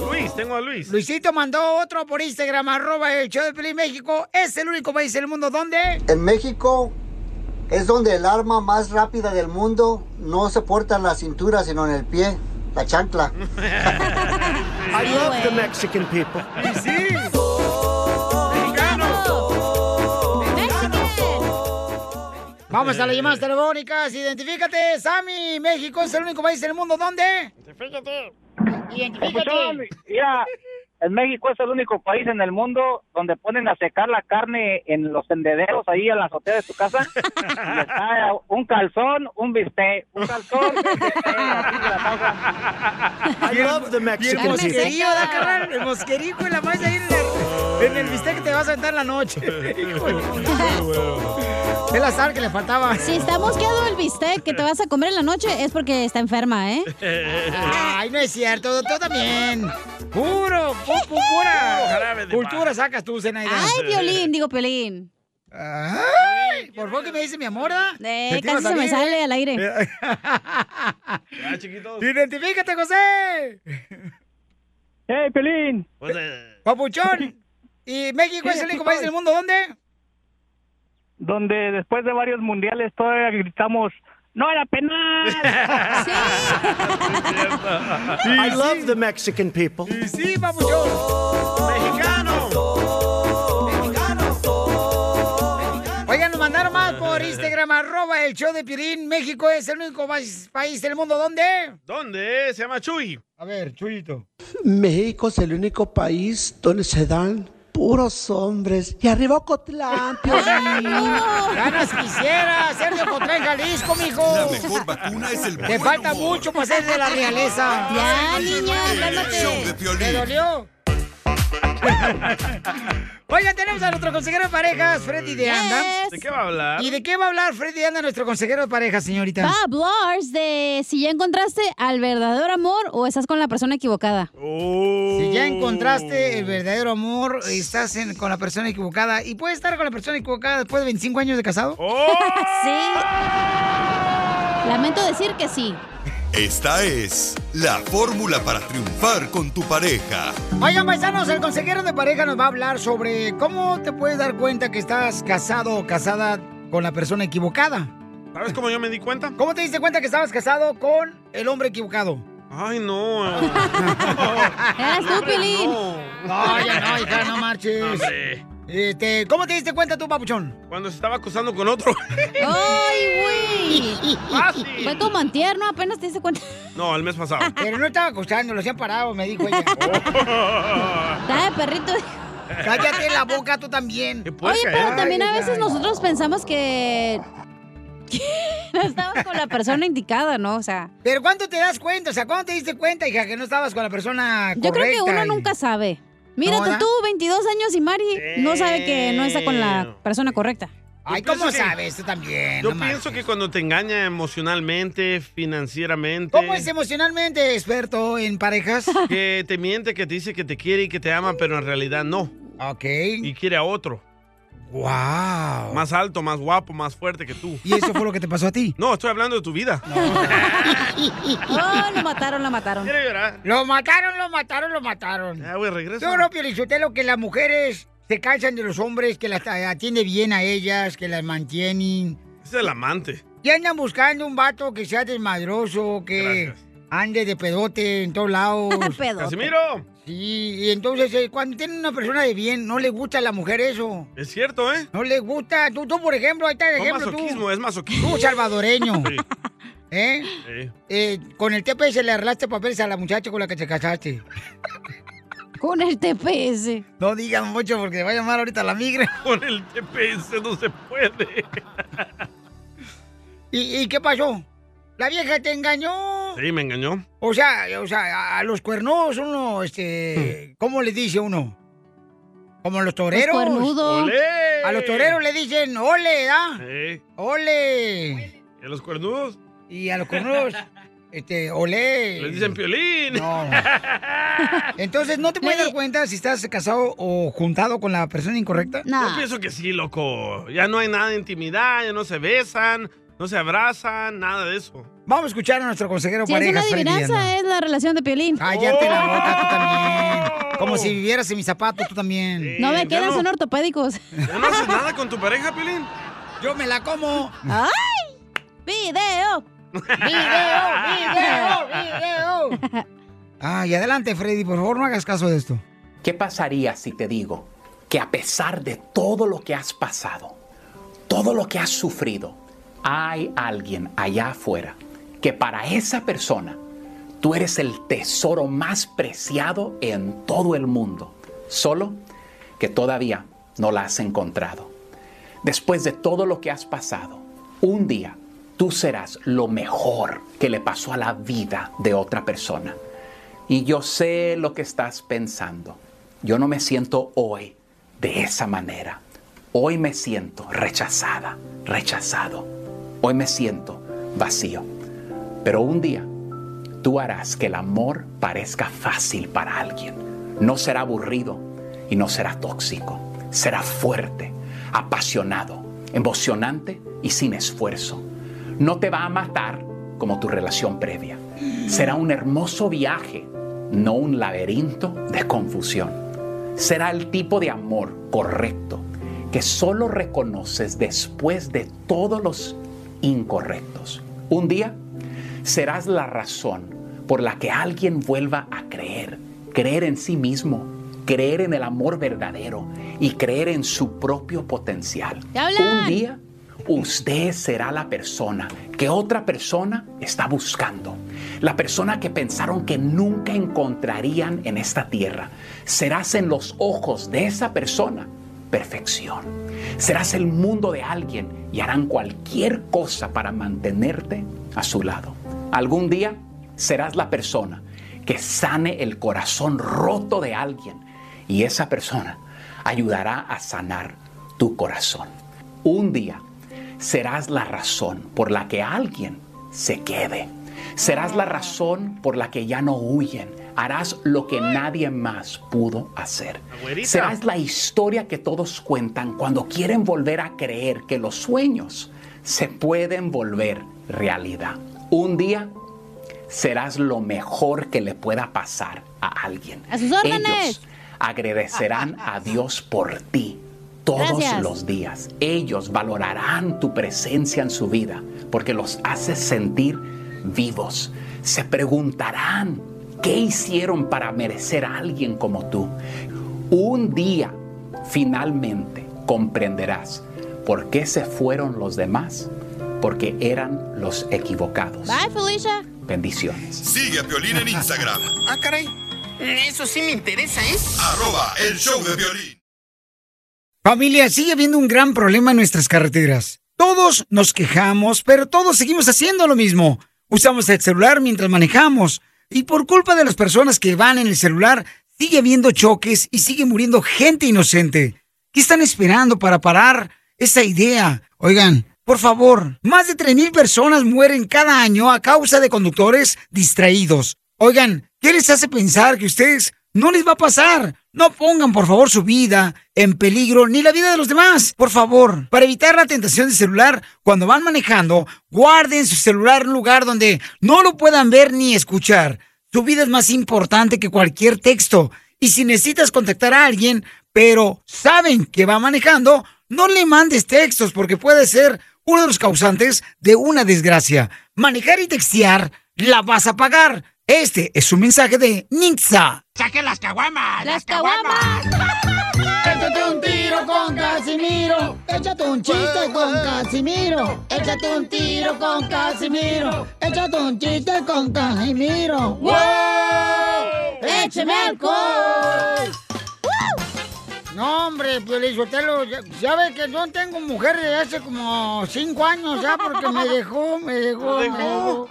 Luis, tengo a Luis.
Luisito mandó otro por Instagram, arroba el show de Pelín México. Es el único país del mundo donde...
En México es donde el arma más rápida del mundo no se porta en la cintura sino en el pie.
La chancla. I love the Mexican people.
Vamos a las llamadas telefónicas. Identifícate, Sammy. México es el único país en el mundo donde.
Fíjate.
Identifícate.
Mira, en México es el único país en el mundo donde ponen a secar la carne en los tendederos ahí en la azotea de tu casa. Y está un calzón, un bistec, un calzón. un bistec, así de la taza.
I love the Mexican
El mosquerillo, da
people.
carnal. El mosquerico y la más ahí en el, en el bistec que te vas a sentar en la noche. es la sal que le faltaba.
Si está mosqueado el bistec que te vas a comer en la noche es porque está enferma, ¿eh?
Ay, no es cierto, tú también.
Uh,
Puro, pu- pu- pura cultura sacas tú, Zenaida.
Ay, Piolín, digo Piolín.
Ay, por favor que me dice mi amor, ¿ah?
Eh,
Que te iba a
casi se me
salir,
sale
¿eh?
al aire.
¡Identifícate, José!
¡Hey, Pelín!
¡Papuchón! ¿Y México es el único país del mundo donde?
Donde después de varios mundiales todavía gritamos, ¡No era penal!
I love the Mexican people.
Sí, papuchón. Oigan, nos mandaron más por Instagram, arroba el show de Pirín. México es el único país, país del mundo donde.
¿Dónde? Se llama Chuy.
A ver, Chuyito.
México es el único país donde se dan puros hombres. Y arriba Ocotlán, Piolín.
Ganas quisiera, Sergio Cotlán, Jalisco, mijo.
La
mejor vacuna es el
Te
buen
falta
humor.
mucho para ser de la realeza.
Ya, niña,
cálmate. show de Piolín.
Te dolió. Oigan, tenemos a nuestro consejero de parejas, Freddy de Anda.
¿De qué va a hablar?
¿Y de qué va a hablar Freddy de Anda, nuestro consejero de parejas, señorita?
Va a hablar de si ya encontraste al verdadero amor o estás con la persona equivocada.
Oh. Si ya encontraste
Oh.
el verdadero amor, estás en- con la persona equivocada y puedes estar con la persona equivocada después de 25 años de casado.
¡Oh!
sí. Lamento decir que sí.
Esta es la fórmula para triunfar con tu pareja.
Oigan, paisanos, el consejero de pareja nos va a hablar sobre cómo te puedes dar cuenta que estás casado o casada con la persona equivocada.
¿Sabes cómo yo me di cuenta?
¿Cómo te diste cuenta que estabas casado con el hombre equivocado?
Ay, no.
Eras tú, Piolín.
No, ya no, hija, no marches.
Hombre.
Este, ¿Cómo te diste cuenta tú, papuchón?
Cuando se estaba acusando con otro.
¡Ay, güey! Fue como antier, ¿no? Apenas te diste cuenta.
No, el mes pasado.
Pero no estaba acostando, lo hacían parado, me dijo ella.
Está de perrito.
Cállate la boca tú también.
Oye, pero también a veces nosotros pensamos que... que no estabas con la persona indicada, ¿no? O sea...
Pero ¿cuánto te das cuenta? O sea, ¿cuándo te diste cuenta, hija, que no estabas con la persona correcta?
Yo creo que uno
y-
nunca sabe. Mírate
¿da?
tú, 22 años y Mari no sabe que no está con la persona correcta.
Ay,
Yo
¿cómo
pienso que-
sabes tú también?
Yo
No marches.
pienso que cuando te engaña emocionalmente, financieramente.
¿Cómo es emocionalmente experto en parejas?
Que te miente, que te dice que te quiere y que te ama, pero en realidad no.
Ok.
Y quiere a otro.
Wow.
Más alto, más guapo, más fuerte que tú.
¿Y eso fue lo que te pasó a ti?
No, estoy hablando de tu vida.
Oh, lo mataron, lo mataron.
Quiero llorar.
Lo mataron, lo mataron, lo mataron.
Ah, güey, regreso.
Yo no, Pielichotelo, que las mujeres se cansan de los hombres, que las atiende bien a ellas, que las mantienen.
Es el amante.
Y andan buscando un vato que sea desmadroso, que ande de pedote en todos lados.
Pedote. ¡Casimiro!
Sí, y entonces eh, cuando tiene una persona de bien, no le gusta a la mujer eso.
Es cierto, ¿eh?
No le gusta. Tú, tú por ejemplo, ahí está el
No
ejemplo
masoquismo,
tú.
es masoquismo.
Tú, salvadoreño.
Sí,
¿Eh?
sí.
Eh, Con el TPS le arreglaste papeles a la muchacha con la que te casaste.
Con el TPS.
No digan mucho porque va a llamar ahorita la migra.
Con el TPS no se puede.
¿Y, y qué pasó? La vieja te engañó.
Sí, me engañó.
O sea, o sea, a- a los cuernos uno, este, ¿cómo les dice uno? Como los toreros.
Los cuernudos. ¡Olé!
A los toreros le dicen, ole, ¿ah?
Sí.
Ole.
¿Y a los cuernudos?
Y a los cuernos, este, ole.
Les dicen piolín.
No. Entonces, ¿no te puedes dar cuenta si estás casado o juntado con la persona incorrecta?
Yo pienso que sí, loco. Ya no hay nada de intimidad, ya no se besan, no se abrazan, nada de eso.
Vamos a escuchar a nuestro consejero
Si es una
parejas, Freddy Anda.
adivinanza, es la relación de Piolín.
Cállate la boca tú también. Como si vivieras en mis zapatos tú también.
eh. No me
quedas
quedan, son ortopédicos.
¿Ya no haces nada con tu pareja, Piolín?
Ah,
Yo me la como.
¡Ay! ¡Video!
¡Video! ¡Video! ¡Video! Ay, adelante, Freddy, por favor, no hagas caso de esto.
¿Qué pasaría si te digo que a pesar de todo lo que has pasado, todo lo que has sufrido, hay alguien allá afuera que para esa persona tú eres el tesoro más preciado en todo el mundo, solo que todavía no la has encontrado? Después de todo lo que has pasado, un día tú serás lo mejor que le pasó a la vida de otra persona. Y yo sé lo que estás pensando. Yo no me siento hoy de esa manera. Hoy me siento rechazada, rechazado. Hoy me siento vacío. Pero un día tú harás que el amor parezca fácil para alguien. No será aburrido y no será tóxico. Será fuerte, apasionado, emocionante y sin esfuerzo. No te va a matar como tu relación previa. Será un hermoso viaje, no un laberinto de confusión. Será el tipo de amor correcto que solo reconoces después de todos los incorrectos. Un día serás la razón por la que alguien vuelva a creer, creer en sí mismo, creer en el amor verdadero y creer en su propio potencial. Un día usted será la persona que otra persona está buscando. La persona que pensaron que nunca encontrarían en esta tierra. Serás en los ojos de esa persona perfección. Serás el mundo de alguien y harán cualquier cosa para mantenerte a su lado. Algún día serás la persona que sane el corazón roto de alguien y esa persona ayudará a sanar tu corazón. Un día serás la razón por la que alguien se quede. Serás la razón por la que ya no huyen. Harás lo que nadie más pudo hacer.
Abuelita.
Serás la historia que todos cuentan cuando quieren volver a creer que los sueños se pueden volver realidad. Un día serás lo mejor que le pueda pasar a alguien.
¡A sus órdenes!
Ellos agradecerán a Dios por ti todos
Gracias.
los días. Ellos valorarán tu presencia en su vida porque los haces sentir vivos. Se preguntarán qué hicieron para merecer a alguien como tú. Un día finalmente comprenderás por qué se fueron los demás, porque eran los equivocados.
Bye, Felicia.
Bendiciones.
Sigue a Piolín en Instagram.
Ah, caray.
Eh,
Eso sí me interesa, ¿eh? ¿es?
Arroba el show de violín.
Familia, sigue habiendo un gran problema en nuestras carreteras. Todos nos quejamos, pero todos seguimos haciendo lo mismo. Usamos el celular mientras manejamos. Y por culpa de las personas que van en el celular, sigue habiendo choques y sigue muriendo gente inocente. ¿Qué están esperando para parar esa idea? Oigan, por favor, más de 3.000 personas mueren cada año a causa de conductores distraídos. Oigan, ¿qué les hace pensar que ustedes no les va a pasar? No pongan, por favor, su vida en peligro ni la vida de los demás. Por favor, para evitar la tentación de celular, cuando van manejando, guarden su celular en un lugar donde no lo puedan ver ni escuchar. Tu vida es más importante que cualquier texto. Y si necesitas contactar a alguien, pero saben que va manejando, no le mandes textos porque puede ser uno de los causantes de una desgracia. Manejar y textear la vas a pagar. Este es un mensaje de Nixa.
¡Saquen las caguamas!
¡Las caguamas!
Échate un tiro con Casimiro. Échate un chiste con Casimiro. Échate un tiro con Casimiro. Échate un chiste con Casimiro. ¡Wow! ¡Écheme alcohol! No, hombre, Piolizotelo, ya, ya ve que yo tengo mujer desde hace como cinco años ya porque me dejó, me dejó,
Te dejó.
me dejó.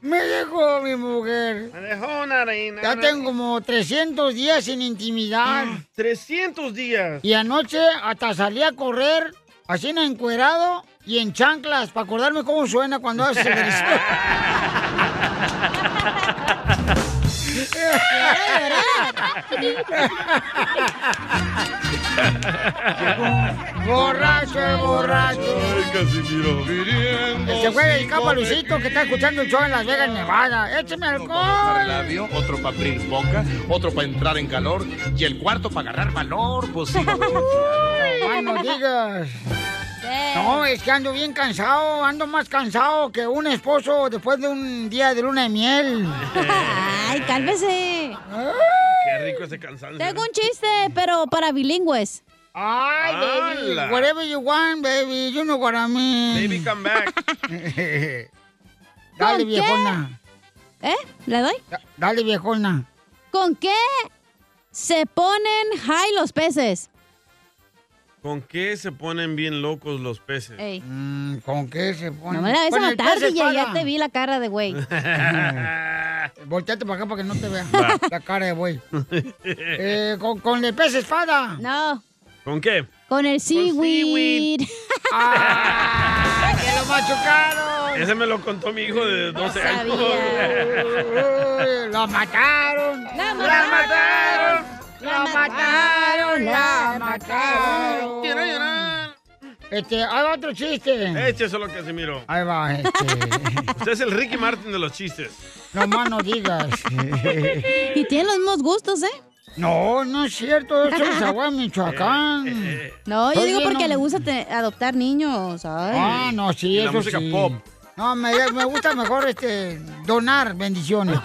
Me dejó mi mujer.
Me dejó una reina.
Ya tengo como 300 días sin intimidad.
300 días.
Y anoche hasta salí a correr, así en encuerado y en chanclas, para acordarme cómo suena cuando haces ejercicio. borracho, el borracho. Se fue dedicado a Luisito que está escuchando el show en Las Vegas, Nevada. Écheme
Para
alcohol.
labio, otro para abrir boca, otro para entrar en calor y el cuarto para agarrar valor, pues. sí.
Ay, no digas. No, es que ando bien cansado, ando más cansado que un esposo después de un día de luna de miel.
Ay, cálmese.
Qué rico ese cansancio.
Tengo un chiste, pero para bilingües.
Ay, baby,
¡Hala!
whatever you want, baby, you know what I mean.
Baby, come back.
Mm.
¿Con
Dale,
qué?
viejona.
¿Eh? ¿Le doy?
Dale, viejona.
¿Con qué se ponen high los peces?
¿Con qué se ponen bien locos los peces?
Ey.
Mm, ¿Con qué se
No
ponen?
me la ves
Con
a
el
matar,
pez
DJ, ya
espada.
te vi la cara de güey.
Volteate para acá para que no te vea la cara de güey. Eh, con, con el pez espada.
No.
¿Con qué?
Con el seaweed.
¡Ah! ¡Que lo machucaron!
Ese me lo contó mi hijo de 12 años.
Uy, ¡Lo mataron! ¡La
mataron!
¡La mataron! ¡La mataron!
Quiero llorar.
Este, ahí va otro chiste.
Eche solo Casimiro.
Ahí va, este.
Usted es el Ricky Martin de los chistes.
No más no digas.
Y tienen los mismos gustos, ¿eh?
No, no es cierto. Eso es agua Michoacán.
No, yo
Soy
digo
bien,
porque
¿no?
le gusta te- adoptar niños. Ay.
Ah, no, sí,
Y la
eso
música
sí.
pop.
No, me, me gusta mejor este donar bendiciones.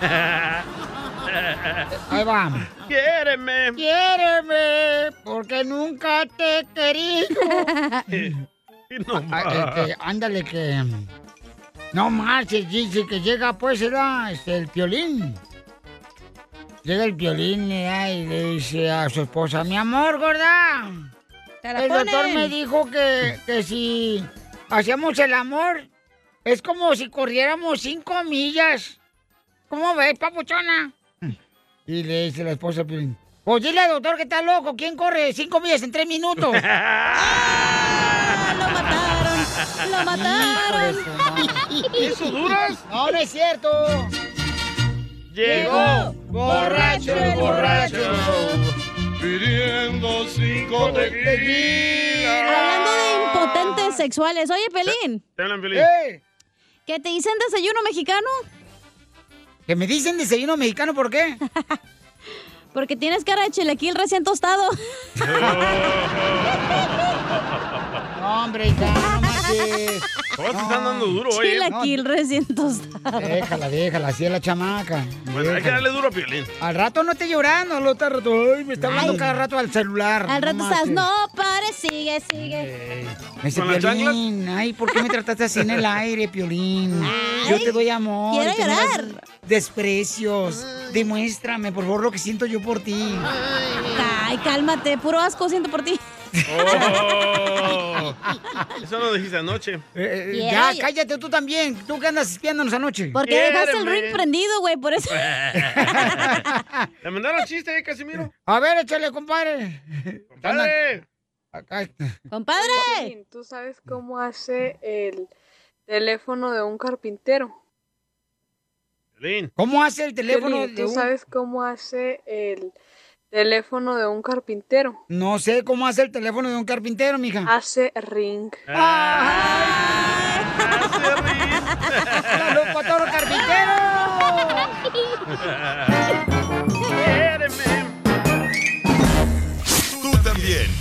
Ahí va.
Quiéreme.
Quiéreme, porque nunca te he querido. Ah, este, ándale que... No marches, dice que llega pues, era este, el violín. Llega el violín y le dice a su esposa, mi amor, gorda.
Te la
el doctor
ponen.
me dijo que, que si hacíamos el amor, es como si corriéramos cinco millas. ¿Cómo ves, papuchona? Y le dice la esposa al violín, pues dile al doctor que está loco, ¿quién corre cinco millas en tres minutos?
Ah, ¡Lo mataron!
¿Eso duras? No, no es cierto. Llegó
borracho el borracho pidiendo cinco
Hablando
tequilas.
de impotentes sexuales. Oye, Pelín.
Te hablan, Piolín.
¿Qué te dicen desayuno mexicano?
¿Que me dicen desayuno mexicano por qué?
Porque tienes cara de chilequil recién tostado.
No, hombre, ya, no marches.
Todos te están dando duro hoy. ¿eh?
Chilaquil recién tostado.
Déjala, déjala, así es la chamaca.
Bueno, hay que darle duro a Piolín.
Al rato no te llorando, al otro rato. Ay, me está hablando cada rato al celular.
Al rato estás,
marches.
no, pare, sigue, sigue.
Me dice,
¿Con las
Piolín, ay, ¿por qué me trataste así en el aire, Piolín? Yo te doy amor.
quiero
y te me das Desprecios. Demuéstrame, por favor, lo que siento yo por ti.
Ay, cálmate, puro asco siento por ti.
Oh. Eso lo dijiste anoche.
Eh, Ya, cállate tú también. Tú que andas espiándonos anoche.
Porque dejaste el ring prendido, güey, por eso.
¿Le mandaron chiste, eh, Casimiro?
A ver, échale, compadre.
¡Compadre!
Acá.
Piolín, ¿Tú sabes cómo hace el teléfono de un carpintero?
¿Cómo hace el teléfono
Piolín,
de
¿Tú
un-
sabes cómo hace el teléfono de un carpintero?
No sé cómo hace el teléfono de un carpintero, mija. Ah,
Hace ring.
Ah.
¡Salud para todos los carpinteros!
Tú también,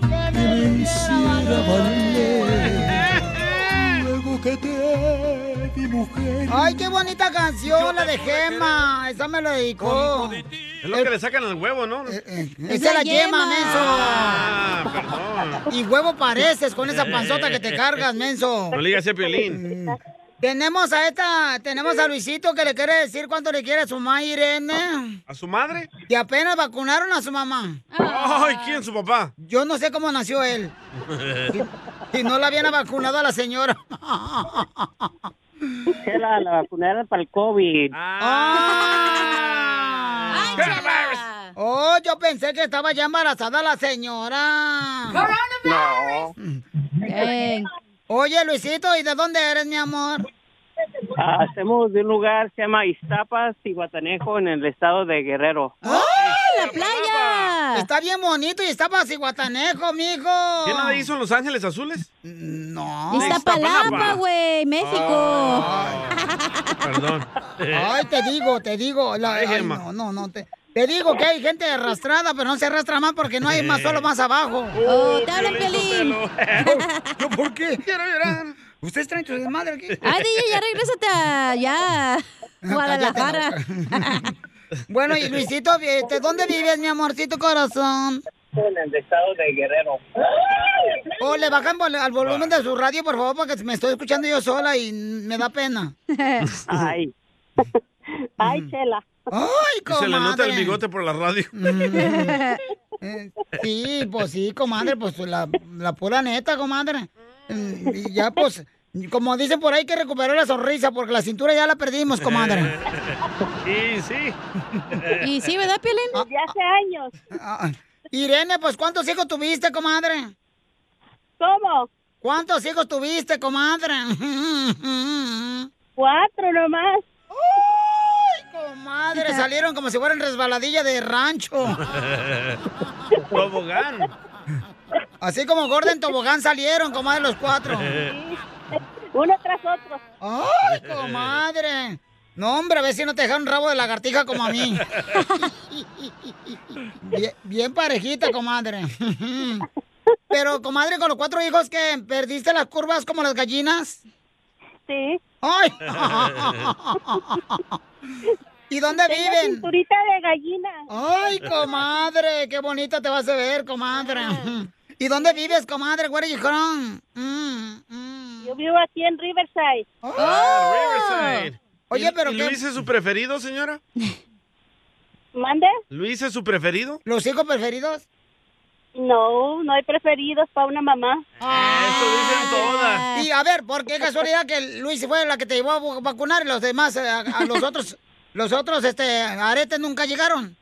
que me hiciera valer. Luego que te vi mujer.
¡Ay, qué bonita canción, la de Gema! Esa me la dedicó.
Oh. Es lo que le sacan al huevo, ¿no?
Eh, Esa es la yema,
Ah, Eh.
menso. Y huevo pareces con esa panzota que te cargas, menso.
No le digas a Piolín.
Tenemos a esta, tenemos a Luisito que le quiere decir cuánto le quiere a su mamá Irene.
¿A su madre?
Que apenas vacunaron a su mamá.
Ay, ¿quién su papá?
Yo no sé cómo nació él. Y no la habían vacunado a la señora.
la, la vacunaron para el COVID.
Ah. Oh, yo pensé que estaba ya embarazada la señora.
No.
Ey. Oye, Luisito, ¿y de dónde eres, mi amor?
Ah, Hacemos de un lugar, se llama Iztapas y Guatanejo en el estado de Guerrero.
¡La playa! Está bien bonito y está para Cihuatanejo, mijo.
¿Quién la hizo en Los Ángeles Azules?
No.
Iztapalapa, güey,
Ah.
México.
Perdón. Eh,
Ay, te digo, te digo. la-
Ay,
ay,
Gemma.
no, no, no. Te, te digo que hay gente arrastrada, pero no se arrastra más porque no hay más solo más abajo.
Oh, te hablan, Piolín.
¿Yo por qué? Quiero llorar. Ustedes traen su desmadre aquí.
Ay, DJ, Ah, ya regrésate a ya Guadalajara.
Bueno, y Luisito, este, ¿dónde vives, mi amorcito corazón?
En el estado de Guerrero.
O Oh, le bajan vol- al volumen de su radio, por favor, porque me estoy escuchando yo sola y me da pena.
Ay. Ay, chela.
Ay,
Y se le nota el
comadre.
bigote por la radio.
Eh, Sí, pues sí, comadre, pues la, la pura neta, comadre. Mm, Y ya, pues, como dicen por ahí que recuperó la sonrisa, porque la cintura ya la perdimos, comadre.
Y sí. Ah,
Y sí, ¿verdad, Piolín?
Desde hace años. Irene, pues, ¿cuántos hijos tuviste, comadre?
¿Cómo?
¿Cuántos hijos tuviste, comadre?
Cuatro nomás.
¡Ay, comadre! Salieron como si fueran resbaladilla de rancho.
Tobogán.
Así como Gordon Tobogán salieron, comadre, los cuatro. Uno tras otro. ¡Ay, comadre! No, hombre, a ver si no te dejaron rabo de lagartija como a mí. Bien, bien parejita, comadre. Pero, comadre, con los cuatro hijos que perdiste las curvas como las gallinas. Sí. ¡Ay! ¿Y dónde
Tengo
viven?
cinturita de gallina.
¡Ay, comadre! ¡Qué bonita te vas a ver, comadre! ¿Y dónde vives, comadre? Where are you from? Mm, Yo vivo aquí en Riverside. Oh,
Ah, Riverside.
Oye,
¿Y-
pero
y
qué-
¿Luis es su preferido, señora?
¿Mande?
¿Luis es su preferido?
¿Los hijos preferidos?
No, no hay preferidos para una mamá.
Y a ver, ¿por qué casualidad que Luis fue la que te llevó a bu- vacunar y los demás, eh, a, a los otros, los otros, este, aretes nunca llegaron?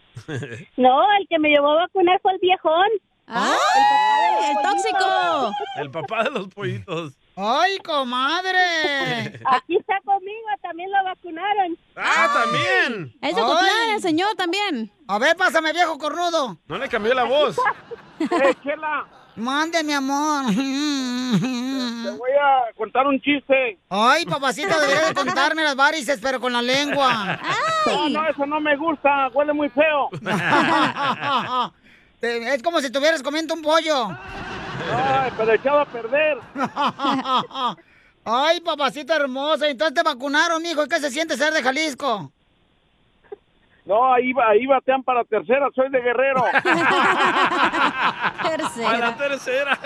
No, el que me llevó a vacunar fue el viejón.
¡Ay, el tóxico!
El papá de los pollitos.
¡Ay, comadre!
Aquí está conmigo, también lo vacunaron.
¡Ah, también!
Es de Ocotlán, el señor también.
A ver, pásame, viejo cornudo.
No le cambió la voz.
Eh, Mande, mi amor. Te
voy a
contar un chiste. Ay, papacito, debería de contarme las varices, pero con la lengua. No, no, eso no me gusta, huele muy feo. es como si estuvieras comiendo un pollo. Ay, pero echaba a perder. Ay, papacito hermoso, entonces te vacunaron, hijo. ¿Qué se siente ser de Jalisco?
No, ahí, va- ahí batean para tercera, soy de Guerrero.
A la tercera.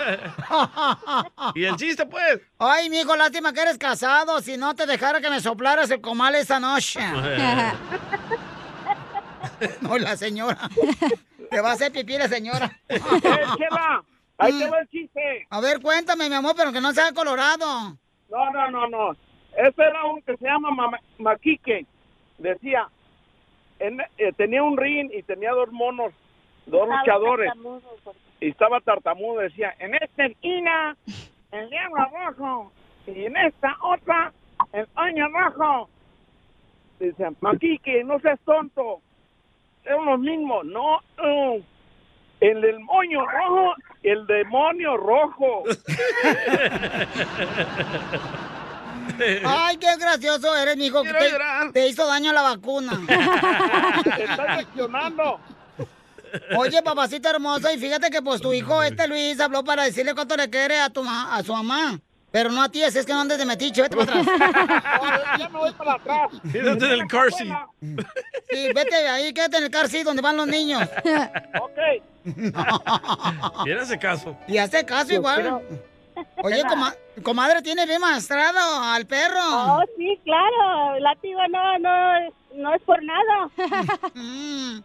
¿Y el chiste, pues?
Ay, mijo, lástima que eres casado. Si no te dejara que me soplaras el comal esa noche. no, la señora. Te va a hacer pipí la señora.
Eh, Ahí te va el
chiste. A ver, cuéntame, mi amor, pero que no sea colorado.
No, no, no, no. Ese era un que se llama Ma- Maquique. Decía, en- eh, tenía un ring y tenía dos monos, dos luchadores. Y estaba tartamudo, decía, en esta esquina, el diablo rojo. Y en esta otra, el año rojo. Dice, Maquique, no seas tonto. Son los mismos. No, no. El del moño rojo y el demonio rojo.
Ay, qué gracioso eres, mijo. que te, te hizo daño la vacuna.
Te estás accionando.
Oye, papacito hermoso, y fíjate que pues tu hijo, este Luis, habló para decirle cuánto le quiere a tu ma- a su mamá. Pero no a ti, así es que no andes de metiche, vete para atrás.
ya me voy para atrás.
Quédate en el car seat.
Sí, vete de ahí, quédate en el car seat donde van los niños.
Mira ese caso.
Y hace caso igual. Oye, coma- comadre, tiene bien maestrado al perro.
Oh, sí, claro. Látigo no, no, no es por nada.
Mm.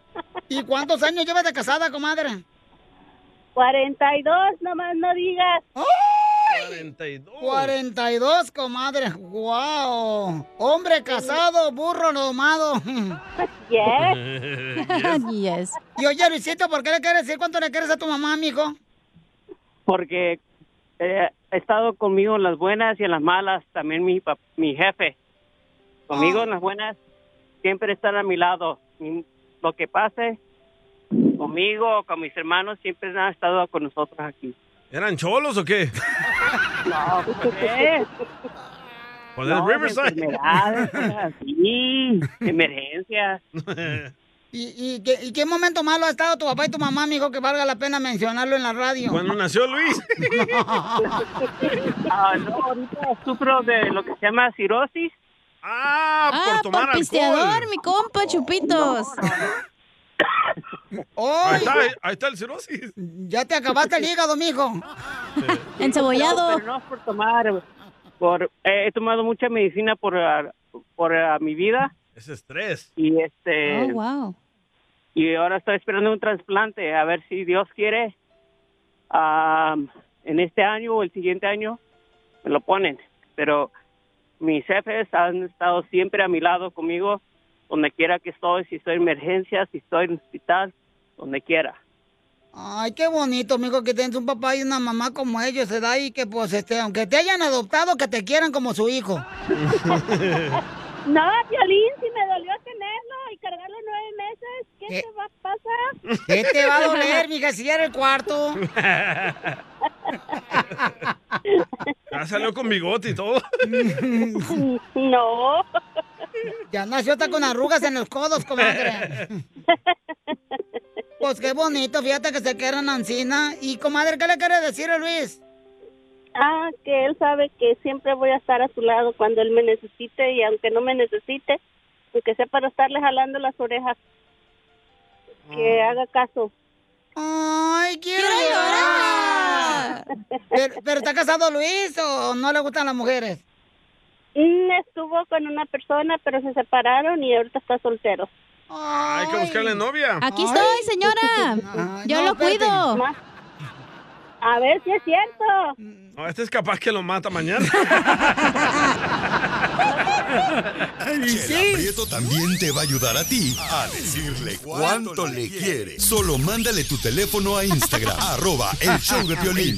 ¿Y cuántos años llevas de casada, comadre?
42, nomás no digas.
¡Oh!
42.
42, comadre. ¡Wow! Hombre casado, burro nomado.
Yes.
Y oye, Luisito, ¿por qué le quieres decir cuánto le quieres a tu mamá, mijo?
Porque
eh, ha estado conmigo en las buenas y en las malas, también mi, pap- mi jefe. Conmigo en las buenas, siempre están a mi lado. Mm, Lo que pase, conmigo o con mis hermanos, siempre han estado con nosotros aquí.
¿Eran cholos o qué?
No, ¿eh?
¿O del
No, de
Riverside?
enfermedades, cosas así, de emergencias.
¿Y, y qué, y qué momento malo ha estado tu papá y tu mamá, mijo, que valga la pena mencionarlo en la radio?
Cuando nació Luis.
Ah, no, ahorita sufro de lo que se llama cirrosis.
Ah,
Ah, por, pisteador, mi compa, chupitos.
Ahí está, ahí está el cirrosis.
Ya te acabaste el hígado, mijo.
Encebollado.
No, pero no es por tomar. Por, eh, he tomado mucha medicina por, ah, por ah, mi vida.
Es estrés.
Y este.
Eh,
Oh, wow.
Y ahora estoy esperando un trasplante, a ver si Dios quiere. ah, en este año o el siguiente año me lo ponen. Pero mis jefes han estado siempre a mi lado conmigo, donde quiera que estoy, si estoy en emergencia, si estoy en hospital, donde quiera.
Ay, qué bonito, mijo, que tienes un papá y una mamá como ellos, se da y que, pues, este, aunque te hayan adoptado, que te quieran como su hijo.
No, Piolín, si me dolió tenerlo y cargarlo nueve meses, ¿qué
¿Qué?
te va a pasar?
¿Qué te va a doler, mija, si ya era el cuarto?
Ya salió con bigote y todo.
No.
Ya nació hasta con arrugas en los codos, comadre. Pues qué bonito, fíjate que se quedan Ancina. Y, comadre, ¿qué le quieres decir a Luis?
Ah, que él sabe que siempre voy a estar a su lado cuando él me necesite y aunque no me necesite, aunque sea para estarle jalando las orejas,
Ah.
que haga caso.
Ay, quiero llorar. ¿Pero, pero está casado Luis o no le gustan las mujeres?
Mm, Estuvo con una persona, pero se separaron y ahorita está soltero.
Hay que buscarle novia.
Aquí estoy, señora.
Yo no, lo espérate. cuido.
A ver si es cierto.
No, este es capaz que lo mata mañana.
Chela Prieto también te va a ayudar a ti a decirle cuánto le quiere. Solo mándale tu teléfono a Instagram, arroba el show de Piolín.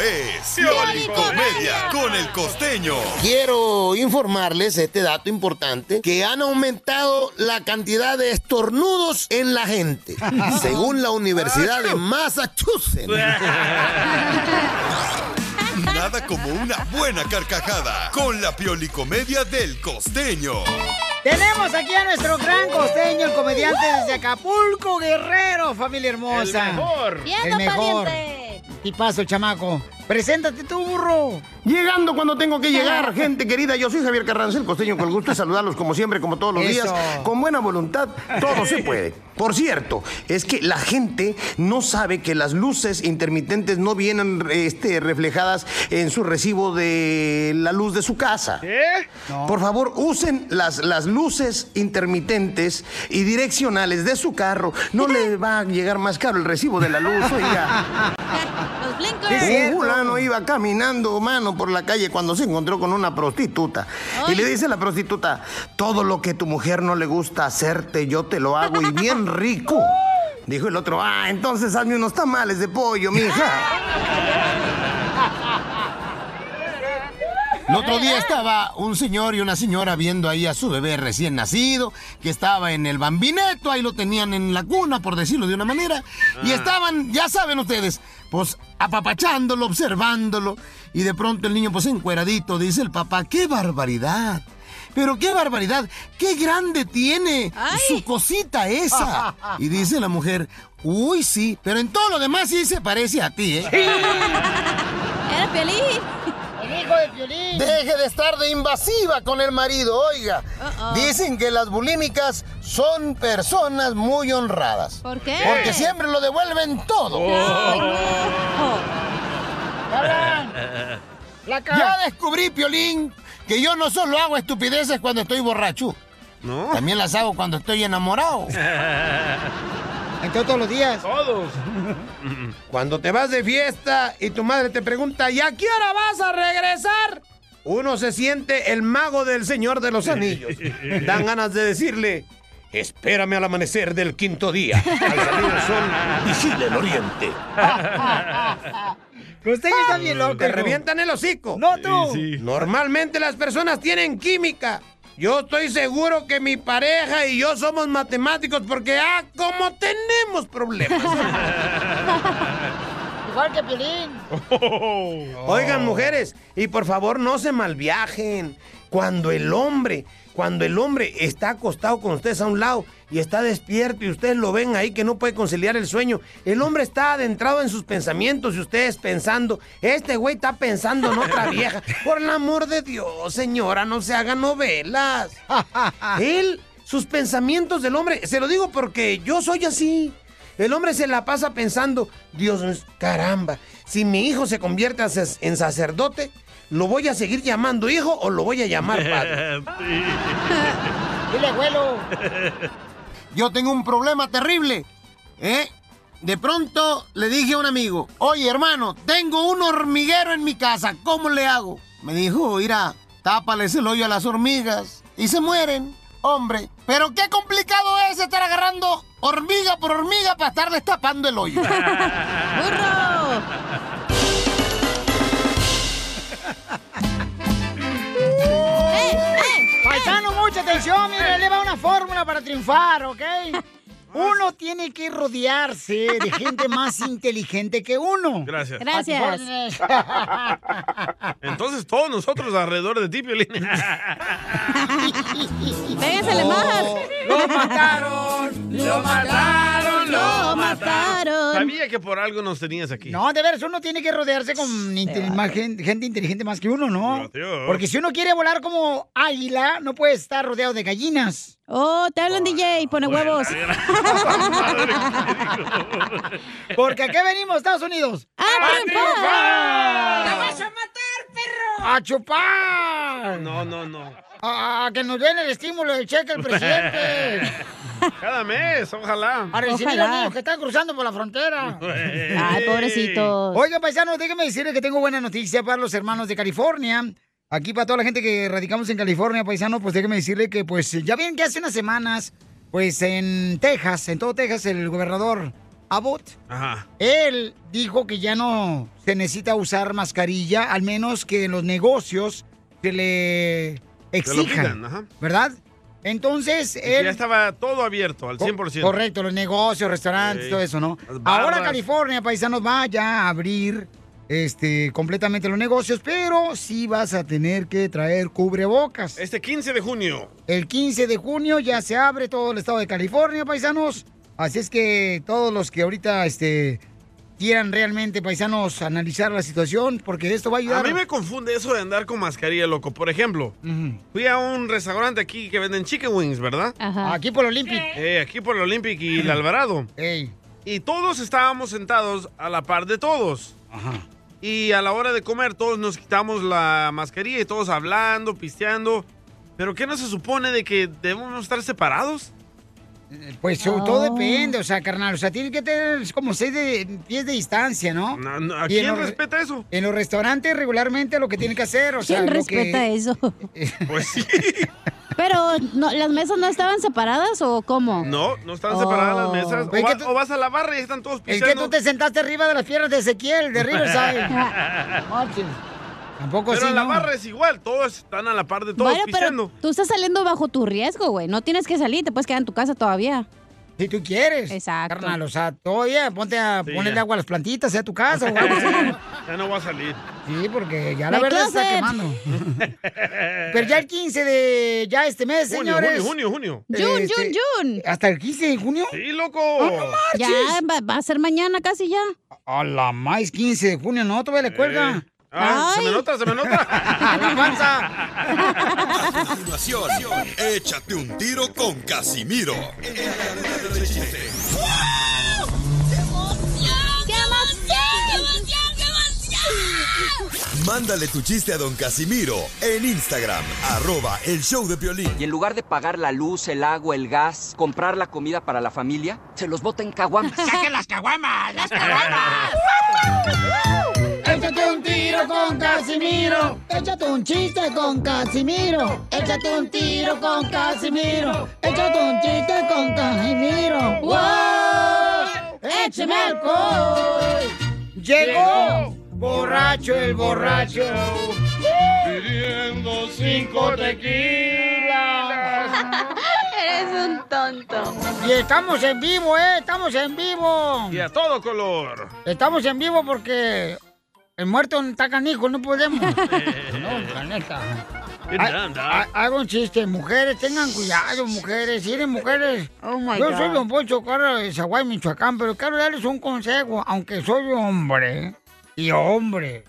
es Piolín Comedia con el costeño.
Quiero informarles este dato importante, que han aumentado la cantidad de estornudos en la gente, según la Universidad de Massachusetts.
Nada como una buena carcajada con la piolicomedia del costeño.
Tenemos aquí a nuestro gran costeño, el comediante desde Acapulco, Guerrero, familia hermosa.
El mejor. Bien,
El
don
mejor.
Pariente.
Y paso, chamaco. Preséntate tú, burro.
Llegando cuando tengo que llegar, gente querida, yo soy Javier Carranza, el costeño, con el gusto de saludarlos como siempre, como todos los
Eso.
días, con buena voluntad, todo se puede.
Por cierto, es que la gente no sabe que las luces intermitentes no vienen este, reflejadas en su recibo de la luz de su casa. Por favor, usen las, las luces intermitentes y direccionales de su carro. No le va a llegar más caro el recibo de la luz, oiga. Un fulano iba caminando, mano, por la calle cuando se encontró con una prostituta. Y le dice la prostituta, todo lo que tu mujer no le gusta hacerte, yo te lo hago y bien rico. Dijo el otro, ah, entonces hazme unos tamales de pollo, mija.
El otro día estaba un señor y una señora viendo ahí a su bebé recién nacido, que estaba en el bambineto, ahí lo tenían en la cuna, por decirlo de una manera, y
Ah.
estaban, ya saben ustedes, pues apapachándolo, observándolo, y de pronto el niño pues encueradito, dice el papá, qué barbaridad, pero qué barbaridad, qué grande tiene su cosita esa. Y dice la mujer, uy sí, pero en todo lo demás sí se parece a ti, ¿eh?
Era feliz.
El hijo de Piolín.
Deje de estar de invasiva con el marido, oiga.
Uh-oh.
Dicen que las bulímicas son personas muy honradas.
¿Por qué?
Porque siempre lo devuelven todo. Ya descubrí, Piolín, que yo no solo hago estupideces cuando estoy borracho. También las hago cuando estoy enamorado.
Entonces todos los días.
Todos. Cuando te vas de fiesta y tu madre te pregunta, ¿y a qué hora vas a regresar? Uno se siente el mago del Señor de los Anillos. Dan ganas de decirle, espérame al amanecer del quinto día. Al salir el sol, vigila el oriente.
Ah, Ustedes están bien locos.
Te
hijo.
revientan el hocico.
No tú. Sí,
Normalmente las personas tienen química. Yo estoy seguro que mi pareja y yo somos matemáticos porque, ah, como tenemos problemas.
Igual que Piolín.
Oigan, mujeres, y por favor no se malviajen. Cuando el hombre, cuando el hombre está acostado con ustedes a un lado y está despierto y ustedes lo ven ahí que no puede conciliar el sueño, el hombre está adentrado en sus pensamientos y ustedes pensando, este güey está pensando en otra vieja. Por el amor de Dios, señora, no se hagan novelas. Él, sus pensamientos del hombre, se lo digo porque yo soy así. El hombre se la pasa pensando, Dios, mío, caramba, si mi hijo se convierte a sac- en sacerdote, ¿lo voy a seguir llamando hijo o lo voy a llamar padre?
Dile, abuelo.
Yo tengo un problema terrible, ¿eh? De pronto le dije a un amigo, oye hermano, tengo un hormiguero en mi casa, ¿cómo le hago? Me dijo, mira, tápales el hoyo a las hormigas y se mueren. Hombre, pero qué complicado es estar agarrando hormiga por hormiga para estar destapando el hoyo.
Paisano, mucha atención, mire, le va una fórmula para triunfar, ¿ok? Uno tiene que rodearse de gente más inteligente que uno.
Gracias.
Gracias.
Entonces todos nosotros alrededor de ti, Piolín.
Oh.
Pégasele más.
Lo mataron,
lo mataron, lo mataron.
Sabía que por algo nos tenías aquí.
No, de veras, uno tiene que rodearse con inte- más gen- gente, inteligente más que uno, ¿no?
Dios.
Porque si uno quiere volar como águila, no puede estar rodeado de gallinas. Oh, te hablan DJ, pone huevos. Porque aquí venimos, Estados Unidos. ¡A,
triunfar!
¡Te vas a matar, perro! ¡A chupar!
No, no, no.
A, a que nos den el estímulo del cheque el presidente.
Cada mes, ojalá.
A recibir a los niños que están cruzando por la frontera.
Ay,
pobrecitos.
Oiga, paisano, déjeme decirle que tengo buena noticia para los hermanos de California. Aquí para toda la gente que radicamos en California, paisano, pues déjeme decirle que pues ya ven que hace unas semanas, pues en Texas, en todo Texas, el gobernador Abbott,
Ajá.
él dijo que ya no se necesita usar mascarilla, al menos que en los negocios se le exijan,
pidan, ajá.
¿verdad? Entonces,
Y que
él...
Ya estaba todo abierto, al 100%.
Correcto, los negocios, restaurantes,
Sí.
todo eso, ¿no?
Las barras.
Ahora California, paisanos, va ya a abrir este, completamente los negocios, pero sí vas a tener que traer cubrebocas.
Este 15 de junio.
El 15 de junio ya se abre todo el estado de California, paisanos. Así es que todos los que ahorita este, quieran realmente, paisanos, analizar la situación, porque esto va a
A
ayudar.
mí me confunde eso de andar con mascarilla, loco. Por ejemplo, fui a un restaurante aquí que venden chicken wings, ¿verdad?
Ajá. Aquí por el Olympic.
Eh, aquí por el Olympic y el Alvarado. Y todos estábamos sentados a la par de todos. Y a la hora de comer, todos nos quitamos la mascarilla y todos hablando, pisteando. ¿Pero qué no se supone de que debemos estar separados?
Pues
Oh.
todo depende, o sea, carnal, o sea, tiene que tener como seis de, pies de distancia, ¿no?
¿A
Y en
quién
los re-
respeta eso?
En los restaurantes regularmente lo que tienen que hacer, o sea,
¿Quién
lo
respeta
que-
eso?
Pues sí.
Pero, ¿no- ¿las mesas no estaban separadas o cómo?
No, no están
Oh.
separadas las mesas. O,
Es
va-
que
o vas a la barra y están todos
Es
pisteando.
que tú te sentaste arriba de las piernas de Ezequiel, de Riverside. Marches. Tampoco
Pero
así,
en la
¿no?
barra es igual, todos están a la par de todos
bueno,
pisteando.
pero tú estás saliendo bajo tu riesgo, güey. No tienes que salir, te puedes quedar en tu casa todavía.
Si tú quieres.
Exacto.
Carnal, o sea, todavía ponte a
Sí,
ponerle
ya.
agua a las plantitas, sea a tu casa o algo así.
Ya no voy a salir.
Sí, porque ya
Me
la verdad se está
closet.
quemando. Pero ya el 15 de ya este mes,
Junio,
señores. Este,
junio, junio, junio.
Jun, Jun, Jun.
¿Hasta el 15 de junio?
Sí, loco.
Ya, va, va a ser mañana casi ya.
A la más 15 de junio, no, todavía le cuelga.
Ah, se me nota, se me nota.
No avanza.
A continuación, échate un tiro con Casimiro.
¡Qué emoción! ¡Qué emoción!
Mándale tu chiste a don Casimiro en Instagram, arroba el show de violín.
Y en lugar de pagar la luz, el agua, el gas, comprar la comida para la familia, se los bota en caguamas.
¡Saquen las caguamas! ¡Las caguamas!
Échate un tiro con Casimiro. Échate un chiste con Casimiro. Échate un tiro con Casimiro. Échate un chiste con Casimiro. ¡Wow! ¡Échame alcohol! Llegó borracho el borracho.
Pidiendo cinco tequilas.
Eres un tonto. Y estamos en vivo, ¿eh? Estamos en vivo.
Y a todo color.
Estamos en vivo porque el muerto está canijo, no podemos. no, la neta.
¿Qué
Ay,
anda?
ay, Hago un chiste, mujeres, tengan cuidado, mujeres, miren, mujeres.
Oh
my
Yo
God.
soy Don Poncho Carlos de Zaguay, Michoacán, pero quiero darles un consejo, aunque soy hombre y hombre,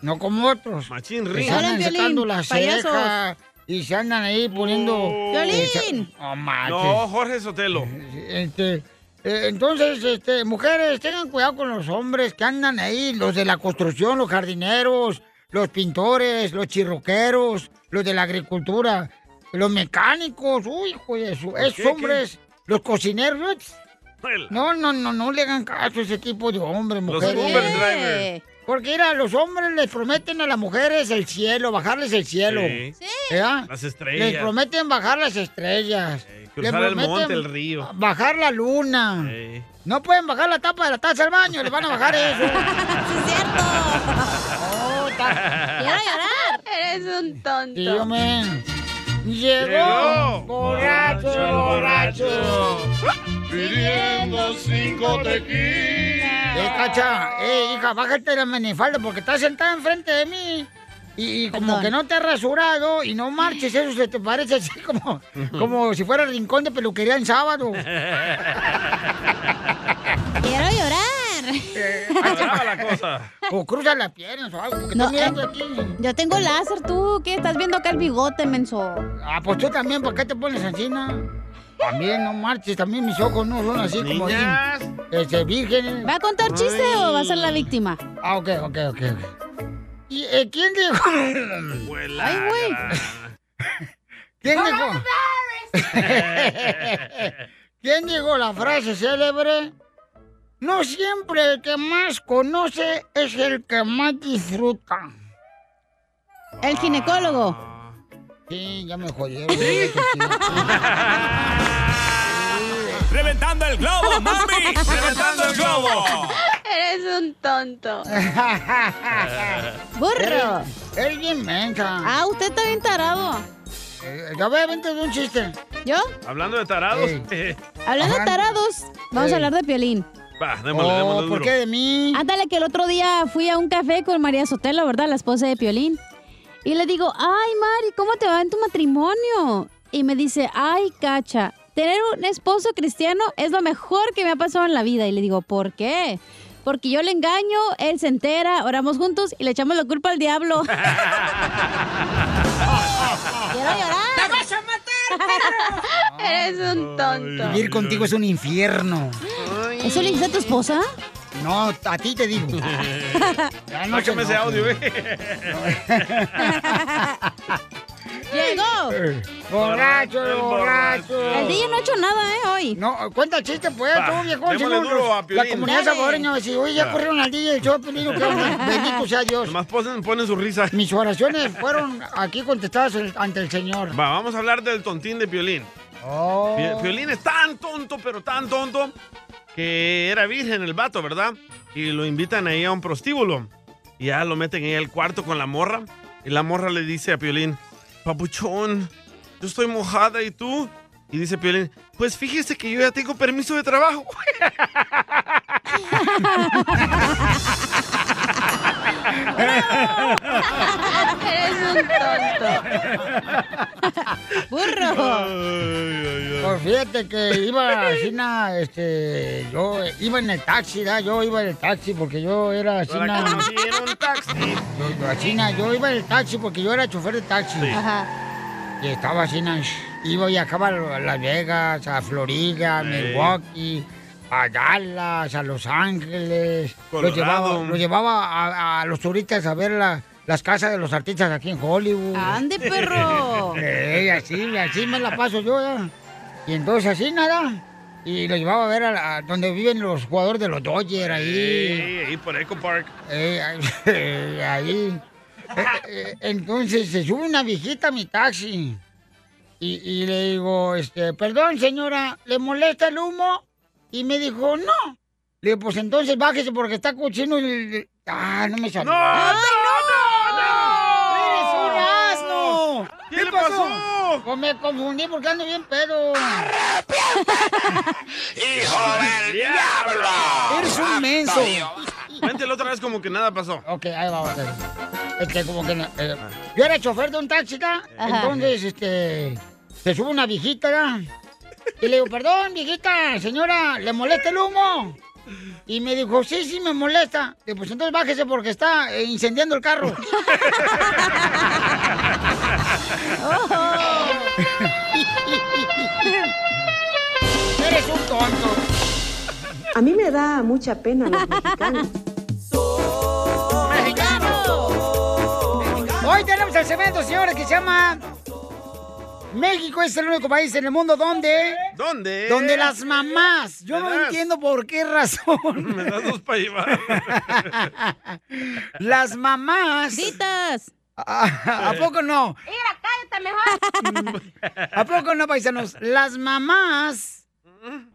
no como otros.
Machín
que
ring.
se andan
Hablan, Piolín,
sacando las
payasos.
cejas y se andan ahí poniendo...
Piolín.
Esa- Oh, manches.
No, Jorge Sotelo.
Este, eh, entonces, este, mujeres, tengan cuidado con los hombres que andan ahí, los de la construcción, los jardineros, los pintores, los chirroqueros, los de la agricultura, los mecánicos, uy, hijo de su, esos
qué, qué?
hombres, los cocineros. ups. No, no, no, no le hagan caso a ese tipo de hombres, mujeres.
Uber driver.
Porque mira, los hombres les prometen a las mujeres el cielo, bajarles el cielo.
Sí.
¿Verdad?
Las
Les
estrellas.
prometen bajar las estrellas. Les
Cruzar el
prometen
monte, el río.
Bajar la luna.
Ey.
No pueden bajar la tapa de la taza del baño, les van a bajar eso. Oh,
Quiero
llorar.
Eres un tonto.
Sí, hombre. Llegó.
Llegó.
Borracho, el borracho.
Pidiendo cinco tequilas.
Eh, cacha, eh, hija, bájate la manifalda porque estás sentada enfrente de mí. Y, y como que no te has rasurado y no marches, eso se te parece así como, como si fuera rincón de peluquería en sábado. Quiero
Brava
llorar.
la cosa.
o cruza las piernas o algo, porque
No,
estoy mirando
eh,
aquí.
Yo tengo láser, tú, ¿qué? Estás viendo acá el bigote, menso.
Ah, pues tú también, ¿para qué te pones encina? También no marches, también mis ojos no son así como
Niñas.
así, este, vírgenes.
¿Va a contar chiste
Ay.
o va a ser la víctima?
Ah, ok, ok, ok. ok. ¿Y, eh, ¿Quién dijo?
Ay,
güey. ¿Quién dijo? ¿Quién dijo la frase célebre? No siempre el que más conoce es el que más disfruta.
El ginecólogo.
Ah, Sí, ya me jodieron.
Reventando el globo, mami. Reventando el globo.
Eres un tonto.
Burro.
Eres, eres bien mensa.
Ah, usted está bien tarado.
Ya voy a aventar un chiste.
¿Yo?
Hablando de tarados.
Hablando de tarados, vamos
Ey.
a hablar de Piolín.
Va, démosle,
Oh,
Oh,
démosle duro.
de mí?
Ándale, que el otro día fui a un café con María Sotelo, ¿verdad? La esposa de Piolín. Y le digo, ay, Mari, ¿cómo te va en tu matrimonio? Y me dice, ay, Cacha, tener un esposo cristiano es lo mejor que me ha pasado en la vida. Y le digo, ¿por qué? Porque yo le engaño, él se entera, oramos juntos y le echamos la culpa al diablo.
Quiero
llorar.
¡Te vas a matar,
Eres un tonto. Vivir contigo es un infierno.
¿Eso le dijiste a tu esposa?
No, a ti te digo. Ya no
Sácame
se
ese audio,
enojen.
¡Llegó!
Eh, Borracho,
El
borracho.
borracho. El DJ no ha hecho nada, ¿eh? Hoy.
No, cuenta el chiste, pues,
Va,
tú, viejo.
démosle
si no,
duro a
La
Piolín.
comunidad
Dale.
saboreña, si hoy ya
Va.
corrieron al DJ, yo, Piolín, ¿qué onda? Bendito sea Dios.
Nomás ponen, ponen su risa.
Mis oraciones fueron aquí contestadas el- ante el Señor.
Va, vamos a hablar del tontín de Piolín. Pi- Piolín es tan tonto, pero tan tonto, que era virgen el vato, ¿verdad? Y lo invitan ahí a un prostíbulo. Y ya lo meten ahí al cuarto con la morra. Y la morra le dice a Piolín, papuchón, yo estoy mojada, ¿y tú? Y dice Piolín, pues fíjese que yo ya tengo permiso de trabajo.
Eres un tonto.
Pues fíjate que iba así, na, este, yo iba en el taxi, ¿da? yo iba en el taxi porque yo era así,
Para
na-
que nos dieron un taxi.
así, na, yo iba en el taxi porque yo era chofer de taxi. Y estaba así, na, iba y acaba a Las Vegas, a Florida, a
Sí.
Milwaukee, a Dallas, a Los Ángeles. Lo
Colorado.
llevaba, lo llevaba a, a los turistas a ver la- las casas de los artistas aquí en Hollywood.
¡Ande, perro!
Ey, así, así me la paso yo, ya. Y entonces así nada. Y lo llevaba a ver a, la- a donde viven los jugadores de los Dodgers ahí.
Sí, ahí por Eco Park.
Ey, ahí. Eh, eh, Entonces se sube una viejita a mi taxi. Y, y le digo, este, perdón señora, ¿le molesta el humo? Y me dijo, no. Le digo, pues entonces bájese porque está cochino el... Ah, no me salió.
¡Ay,
¡Eres un asno!
¡Ah! ¿Qué le pasó?
Pues me confundí porque ando bien pedo.
¡Hijo del diablo!
Eres
Ah,
un menso.
Cuéntelo otra vez como que nada pasó.
Ok, ahí va, va. Este, como que... no- eh, yo era chofer de un taxi, ¿da?
Ajá.
Entonces, este... Se sube una viejita, ¿da? Y le digo, perdón, viejita, señora, ¿le molesta el humo? Y me dijo, sí, sí, me molesta. Le digo, pues entonces bájese porque está eh, incendiando el carro. Eres un tonto.
A mí me da mucha pena los mexicanos.
Hoy tenemos el segmento, señores, que se llama... México es el único país en el mundo donde...
¿Dónde?
Donde las mamás. Yo
¿Me
no
das?
entiendo por qué razón.
Me das dos para llevar.
Las mamás. Ah, ¿A, a poco no?
Mira, cállate mejor.
¿A poco no, paisanos? Las mamás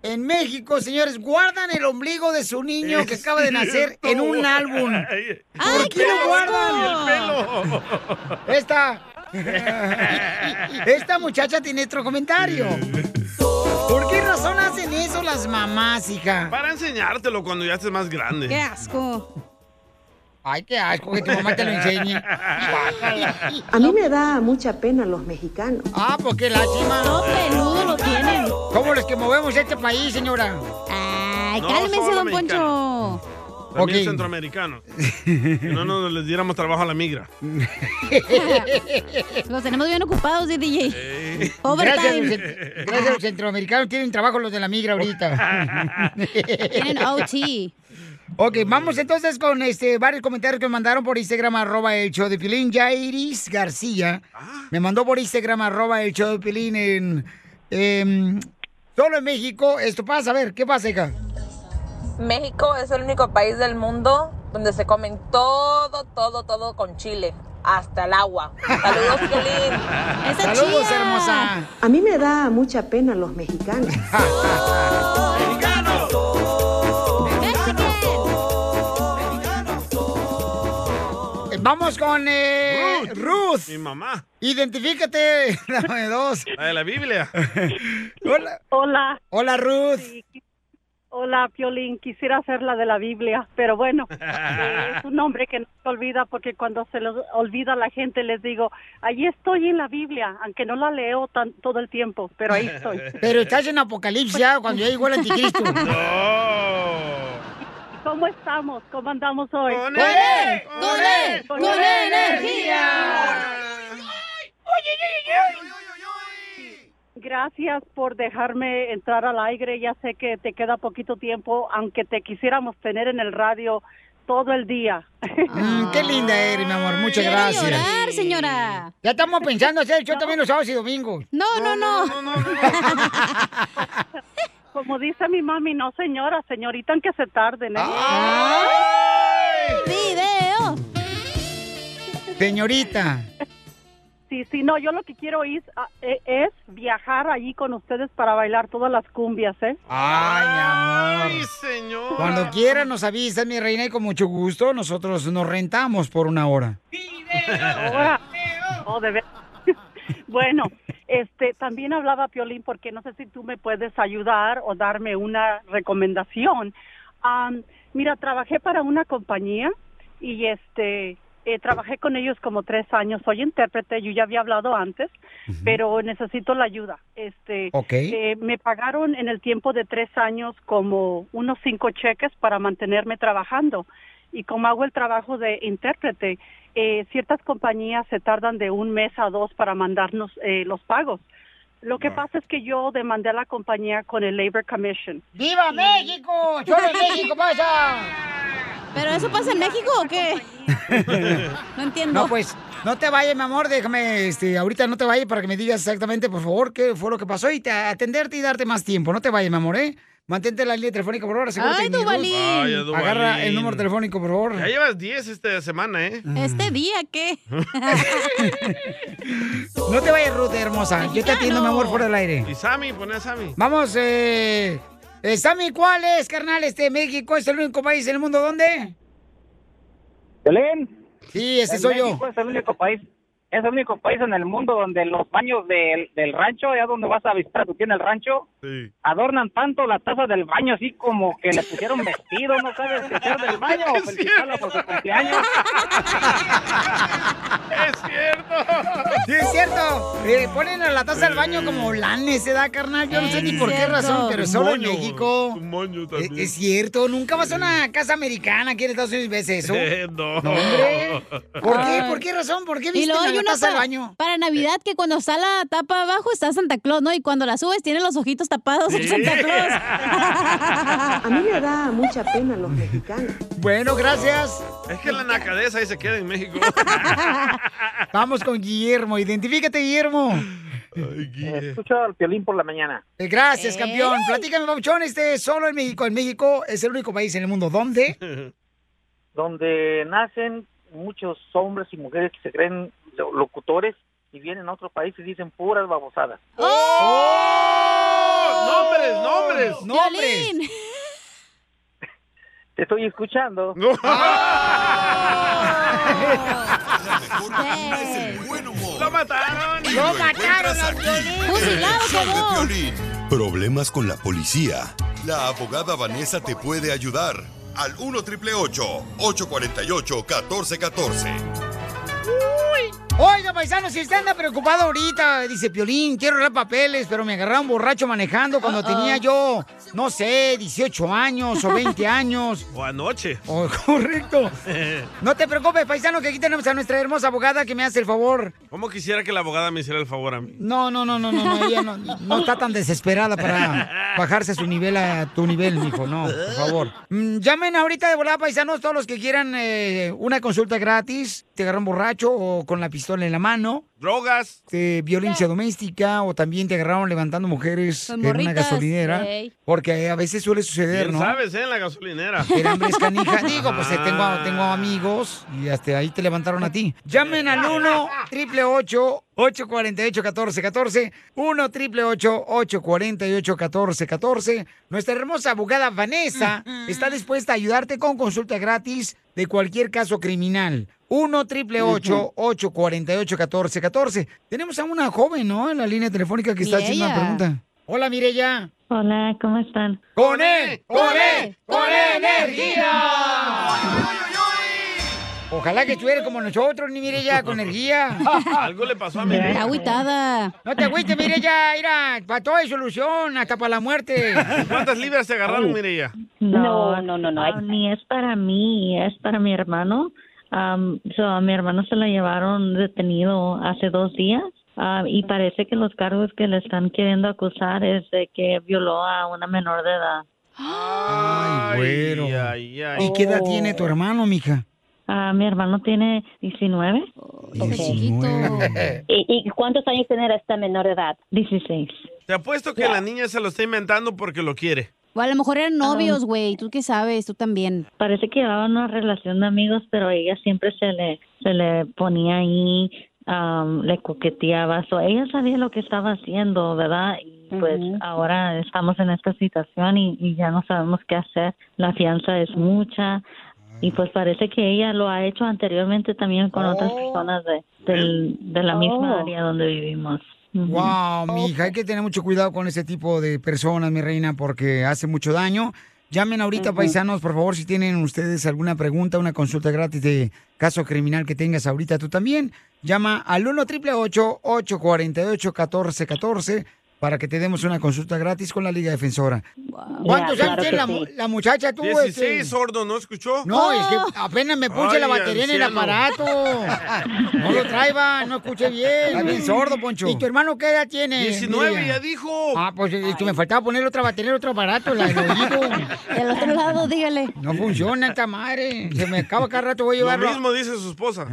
en México, señores, guardan el ombligo de su niño que acaba de nacer en un álbum. ¿Por qué lo guardan? Esta. Esta muchacha tiene otro comentario. ¿Por qué razón hacen eso las mamás, hija?
Para enseñártelo cuando ya estés más grande.
asco! Ay, qué asco que tu mamá te lo enseñe.
A mí me da mucha pena los mexicanos.
Ah, pues qué lástima.
Todo peludo
lo tienen. ¿Cómo los que movemos este país, señora? Ay,
No, cálmese, solo don mexicanos.
Poncho.
También
Ok.
centroamericanos. Que no nos les diéramos trabajo a la migra.
Los tenemos bien ocupados, ¿sí, DJ.
Gracias, a los
Overtime.
cent- gracias a los centroamericanos. Tienen trabajo los de la migra ahorita.
Tienen OT.
Ok, vamos entonces con este varios comentarios que me mandaron por Instagram, arroba el show de Pilín. Jairis García me mandó por Instagram, arroba el show de Pilín en... em, solo en México. Esto pasa, a ver, ¿qué pasa, hija?
México es el único país del mundo donde se comen todo, todo, todo con chile, hasta el agua. Saludos, Piolín.
Saludos, hermosa. A mí me da mucha pena los mexicanos.
Este. Eh, Vamos con eh, Ruth.
Mi mamá.
Identifícate, dame dos.
La de la Biblia.
Hola.
Hola.
Hola, Ruth.
Hola, Piolín. Quisiera hacer la de la Biblia, pero bueno, eh, es un nombre que no se olvida porque cuando se lo olvida a la gente les digo, ahí estoy en la Biblia, aunque no la leo tan, todo el tiempo, pero ahí estoy.
Pero estás en Apocalipsis ya, cuando ya llegó el anticristo.
No.
¿Cómo estamos? ¿Cómo andamos hoy?
¡Con él! ¡Con él! ¡Con energía!
Gracias por dejarme entrar al aire. Ya sé que te queda poquito tiempo, aunque te quisiéramos tener en el radio todo el día.
Mm, qué linda eres, mi amor. Muchas
Quiero
gracias.
llorar,
señora.
Ya estamos pensando hacer el show también los sábados y domingos.
No, no, no.
Como dice mi mami, no señora, señorita, en que se tarden. ¿eh?
¡Video!
Señorita.
Sí, sí, no, yo lo que quiero is- a- e- es, viajar allí con ustedes para bailar todas las cumbias, ¿eh?
Ay, mi amor.
¡Ay, señor!
Cuando quiera nos avisan, mi reina, y con mucho gusto nosotros nos rentamos por una hora.
Ahora. Oh, de ver- bueno, este, también hablaba Piolín porque no sé si tú me puedes ayudar o darme una recomendación. Am, mira, trabajé para una compañía y este eh, trabajé con ellos como tres años. Soy intérprete, yo ya había hablado antes, pero necesito la ayuda. Este,
Ok.
eh, me pagaron en el tiempo de tres años como unos cinco cheques para mantenerme trabajando. Y como hago el trabajo de intérprete, eh, ciertas compañías se tardan de un mes a dos para mandarnos eh, los pagos. Lo que pasa es que yo demandé a la compañía con el Labor Commission.
¡Viva México! ¡Solo en México pasa!
¿Pero eso pasa en México o qué? No entiendo.
No, pues, no te vayas, mi amor, déjame, este, ahorita no te vayas para que me digas exactamente, por favor, qué fue lo que pasó y te, atenderte y darte más tiempo. No te vayas, mi amor, ¿eh? Mantente en la línea telefónica, por favor, asegúrate.
Ay,
que mi voz-
Duvalín. Vaya,
Duvalín.
Agarra el número telefónico, por favor.
Ya llevas 10 esta semana, ¿eh?
¿Este día qué?
No te vayas, Ruth, hermosa. Yo te atiendo, mi amor, fuera del aire.
Y Sammy, pone a Sammy.
Vamos, eh, eh, Sammy, ¿cuál es, carnal? Este, México es el único país del mundo, ¿dónde?
Belén.
Sí, ese
En
soy yo.
México Es el único país, es el único país en el mundo donde los baños del, del rancho, allá donde vas a visitar tú tienes el rancho,
Sí.
adornan tanto la taza del baño así como que le pusieron vestido, no sabes qué hacer del baño, felicitarla por su cumpleaños.
¡Es cierto!
Sí, es cierto. Eh, ponen a la taza del baño como lanes, ¿se da, carnal? Yo no sé ni por qué razón, pero solo en México. E-,
Un moño también.
Es cierto, nunca vas a una casa americana aquí en Estados Unidos y ves eso.
Eh, no.
hombre. ¿Por qué?
Ay.
¿Por qué razón? ¿Por qué
Y
viste
luego hay
la
una
taza del
pa-
baño?
para Navidad que cuando está la tapa abajo está Santa Claus, ¿no? Y cuando la subes tiene los ojitos tapados el Santa Claus.
A mí me da mucha pena los mexicanos.
Bueno, gracias.
Es que la nacadeza ahí se queda en México.
Vamos con Guillermo. Identifícate, Guillermo.
Escucho al violín por la mañana.
Eh, Gracias,
Ey.
campeón. Platícame, Pauchón, este solo en México. En México es el único país en el mundo. ¿Dónde?
donde nacen muchos hombres y mujeres que se creen lo- locutores y vienen a otro país y dicen puras babosadas.
¡Oh!
¡Nombres, nombres!
¡Nombres!
Te estoy escuchando.
¡Lo mataron!
Y lo encuentras aquí, en el show de Piolín. Problemas con la policía. La abogada Vanessa te puede ayudar. Al 1 triple 848 1414.
Oiga, paisano, si usted anda preocupado ahorita, dice Piolín, quiero arreglar papeles, pero me agarraron borracho manejando cuando tenía yo, no sé, 18 años o 20 años.
O anoche.
Oh, correcto. No te preocupes, paisano, que aquí tenemos a nuestra hermosa abogada que me hace el favor.
¿Cómo quisiera que la abogada me hiciera el favor a mí?
No, no, no, no, no, no, ella no, no está tan desesperada para bajarse su nivel a tu nivel, mijo, no, por favor. Mm, Llamen ahorita de volada, paisanos, todos los que quieran eh, una consulta gratis, te agarran borracho o con la pistola en la mano.
Drogas.
eh, violencia doméstica o también te agarraron levantando mujeres
Con
en una
morritas,
gasolinera.
ey.
Porque a veces suele suceder,
Bien
¿no?
sabes, ¿eh? En la gasolinera.
Era hambre es canija. Digo, pues eh, tengo, a- tengo amigos y hasta ahí te levantaron a ti. Llamen al 1 triple 848 1414 1 triple 848 1414 Nuestra hermosa abogada Vanessa está dispuesta a ayudarte con consulta gratis de cualquier caso criminal. 1 triple 848 1414 Tenemos a una joven, ¿no? En la línea telefónica que está haciendo una
Mireya.
pregunta. Hola, Mireya.
Hola, ¿cómo están?
E,
E,
¡Con él! ¡Con él! ¡Con él!
energía!
Ojalá que estuviera como nosotros, ni mire ya, con energía.
Algo le pasó a mi
Está agüitada.
No te agüites, mire ya, mira, para todo hay solución, hasta para la muerte.
¿Cuántas libras se agarraron, Mireya?
No, no, no, no, ni es para mí, es para mi hermano. Am, so, a mi hermano se lo llevaron detenido hace dos días ah, y parece que los cargos que le están queriendo acusar es de que violó a una menor de edad.
Ay, güero. ¿Y qué edad tiene
Oh.
tu hermano, mija?
Ah, mi hermano tiene 19.
¿Y, y cuántos años tiene esta menor de edad?
16.
Te apuesto que la niña se lo está inventando porque lo quiere.
O a lo mejor eran novios, güey. ¿Tú qué sabes? Tú también.
Parece que llevaban una relación de amigos, pero ella siempre se le, se le ponía ahí, am, le coqueteaba. So, ella sabía lo que estaba haciendo, ¿verdad? Y pues
Ujú.
ahora estamos en esta situación y, y ya no sabemos qué hacer. La fianza es mucha. Y pues parece que ella lo ha hecho anteriormente también con otras personas de, del- de la misma
Oh.
área donde vivimos.
Wow, mija, hay que tener mucho cuidado con ese tipo de personas, mi reina, porque hace mucho daño. Llamen ahorita,
Ujú.
paisanos, por favor, si tienen ustedes alguna pregunta, una consulta gratis de caso criminal que tengas ahorita tú también. Llama al 1 888 848 1414 para que te demos una consulta gratis con la Liga Defensora. ¿Cuántos
Ya,
años
claro
tiene
que
la,
sí.
mu- la muchacha tú?
16,
este?
sordo, ¿no escuchó?
No, es
Oh.
que apenas me puse
Ay,
la batería en el
anciano.
aparato. No lo traiba, no escuché bien.
Está bien sordo, Poncho.
¿Y tu hermano qué edad tiene?
19, ya dijo.
Ah, pues es que me faltaba poner otra batería, otro aparato, la del oído.
Del otro lado, dígale.
No funciona esta madre. Se me acaba cada rato, voy a llevarlo.
Lo mismo dice su esposa.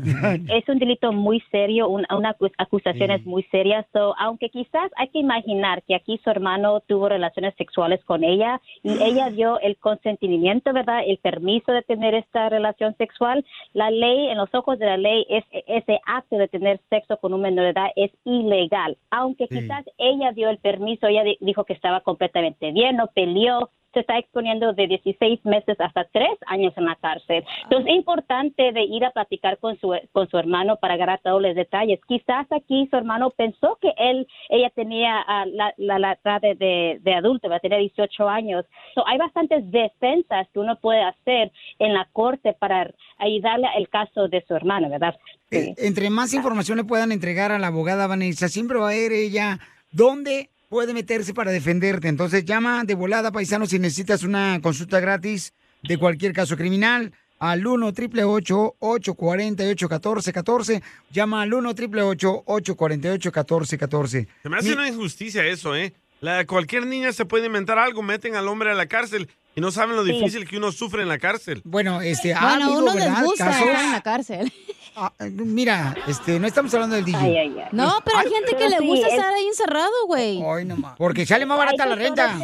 es un delito muy serio, un- una, acus- acusación es muy seria. So, aunque quizás hay que imaginar que aquí su hermano tuvo relaciones sexuales con ella y ella dio el consentimiento, ¿verdad? El permiso de tener esta relación sexual. La ley, en los ojos de la ley, es, ese acto de tener sexo con un menor de edad es ilegal. Aunque
Sí.
quizás ella dio el permiso, ella di- dijo que estaba completamente bien, no peleó, se está exponiendo de 16 meses hasta 3 años en la cárcel. Entonces es importante de ir a platicar con su, con su hermano para agarrar todos los detalles. Quizás aquí su hermano pensó que él, ella tenía ah, la, la, la edad de, de, de adulto, va a tener 18 años. So, hay bastantes defensas que uno puede hacer en la corte para ayudarle al caso de su hermano, ¿verdad?
Eh, Entre más información le puedan entregar a la abogada Vanessa, siempre va a ver ella dónde puede meterse para defenderte. Entonces llama de volada, paisano, si necesitas una consulta gratis de cualquier caso criminal al 1 888 848 1414 Llama al 1 888 848 1414
Se me hace una injusticia eso, ¿eh? La, cualquier niña se puede inventar algo, meten al hombre a la cárcel y no saben lo
Sí.
difícil que uno sufre en la cárcel.
Bueno, este, ha
Bueno,
habido,
a uno
¿verdad?
les gusta
Casos-
estar en la cárcel.
Ah, Mira, este, no estamos hablando del DJ.
Ay, ay, ay. No, pero hay
Ay,
gente que
pero
le
sí,
gusta
es-
estar ahí encerrado, güey.
Ay, no más. Porque sale más barata la renta.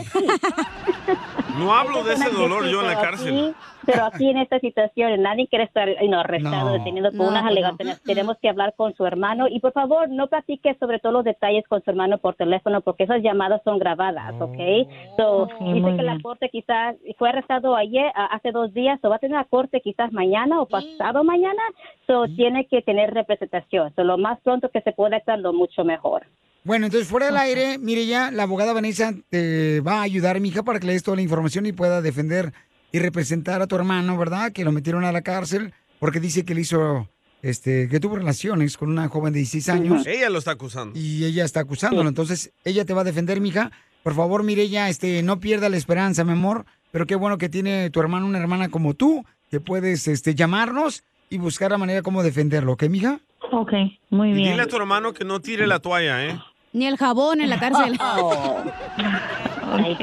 No hablo de ese
personas que
dolor
sí,
yo en la
pero
cárcel.
aquí- pero aquí en esta situación nadie quiere estar ay, no, arrestado,
No.
detenido por
No,
unas
pues
alegaciones. Tenemos que hablar con su hermano y por favor no platique sobre todos los detalles con su hermano por teléfono porque esas llamadas son grabadas, ¿ok?
Oh,
So, dice
muy
que la
bien.
corte quizás fue arrestado ayer, a- hace dos días, o va a tener la corte quizás mañana o pasado mañana, so tiene que tener representación. So, lo más pronto que se pueda estarlo mucho mejor.
Bueno, entonces fuera del aire, mire ya, la abogada Vanessa te va a ayudar, mija, para que le des toda la información y pueda defender y representar a tu hermano, ¿verdad? Que lo metieron a la cárcel porque dice que le hizo, este, que tuvo relaciones con una joven de 16 años
Ella lo está acusando.
y ella está acusándolo. Entonces, ella te va a defender, mija. Por favor, Mireya, este, no pierda la esperanza, mi amor. Pero qué bueno que tiene tu hermano una hermana como tú, que puedes este, llamarnos y buscar la manera como defenderlo, ¿ok, mija?
Ok, muy
Y dile a tu hermano que no tire la toalla, ¿eh?
Ni el jabón en la cárcel.
Oh.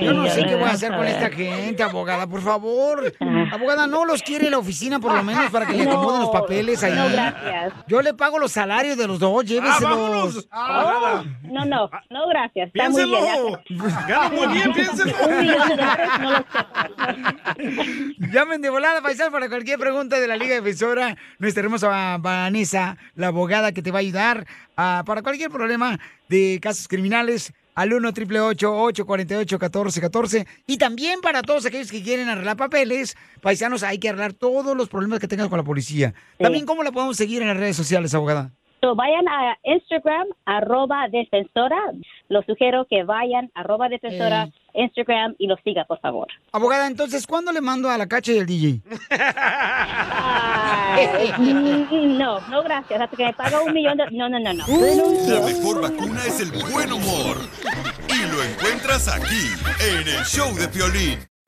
Yo no
ya
sé qué voy a
verás,
hacer
a
con
ver.
esta gente, abogada, por favor. Abogada, no los quiere la oficina por lo menos para que le
Ah. No,
acomoden los papeles ahí.
no, gracias.
Yo le pago los salarios de los dos,
Ah,
lléveselos.
Oh, no, no, no, gracias. Está muy bien,
Piénselo.
gracias.
Gana muy bien, piénselo.
Un millón de dólares no lo
Llamen de volada, paisal, para cualquier pregunta de la Liga Defensora. Nuestra hermosa Vanessa, la abogada que te va a ayudar ah, para cualquier problema de casos criminales al 1 888 848 1414 Y también para todos aquellos que quieren arreglar papeles, paisanos, hay que arreglar todos los problemas que tengas con la policía. También, ¿cómo la podemos seguir en las redes sociales, abogada?
So, vayan a Instagram, arroba defensora. Lo sugiero que vayan, arroba defensora,
Eh.
Instagram y lo siga, por favor.
Abogada, entonces, ¿cuándo le mando a la cacha y al DJ?
Mm, No, no, gracias. Hasta que me paga un millón de... No, no, no, no.
La mejor vacuna es el buen humor. Y lo encuentras aquí, en el show de Piolín.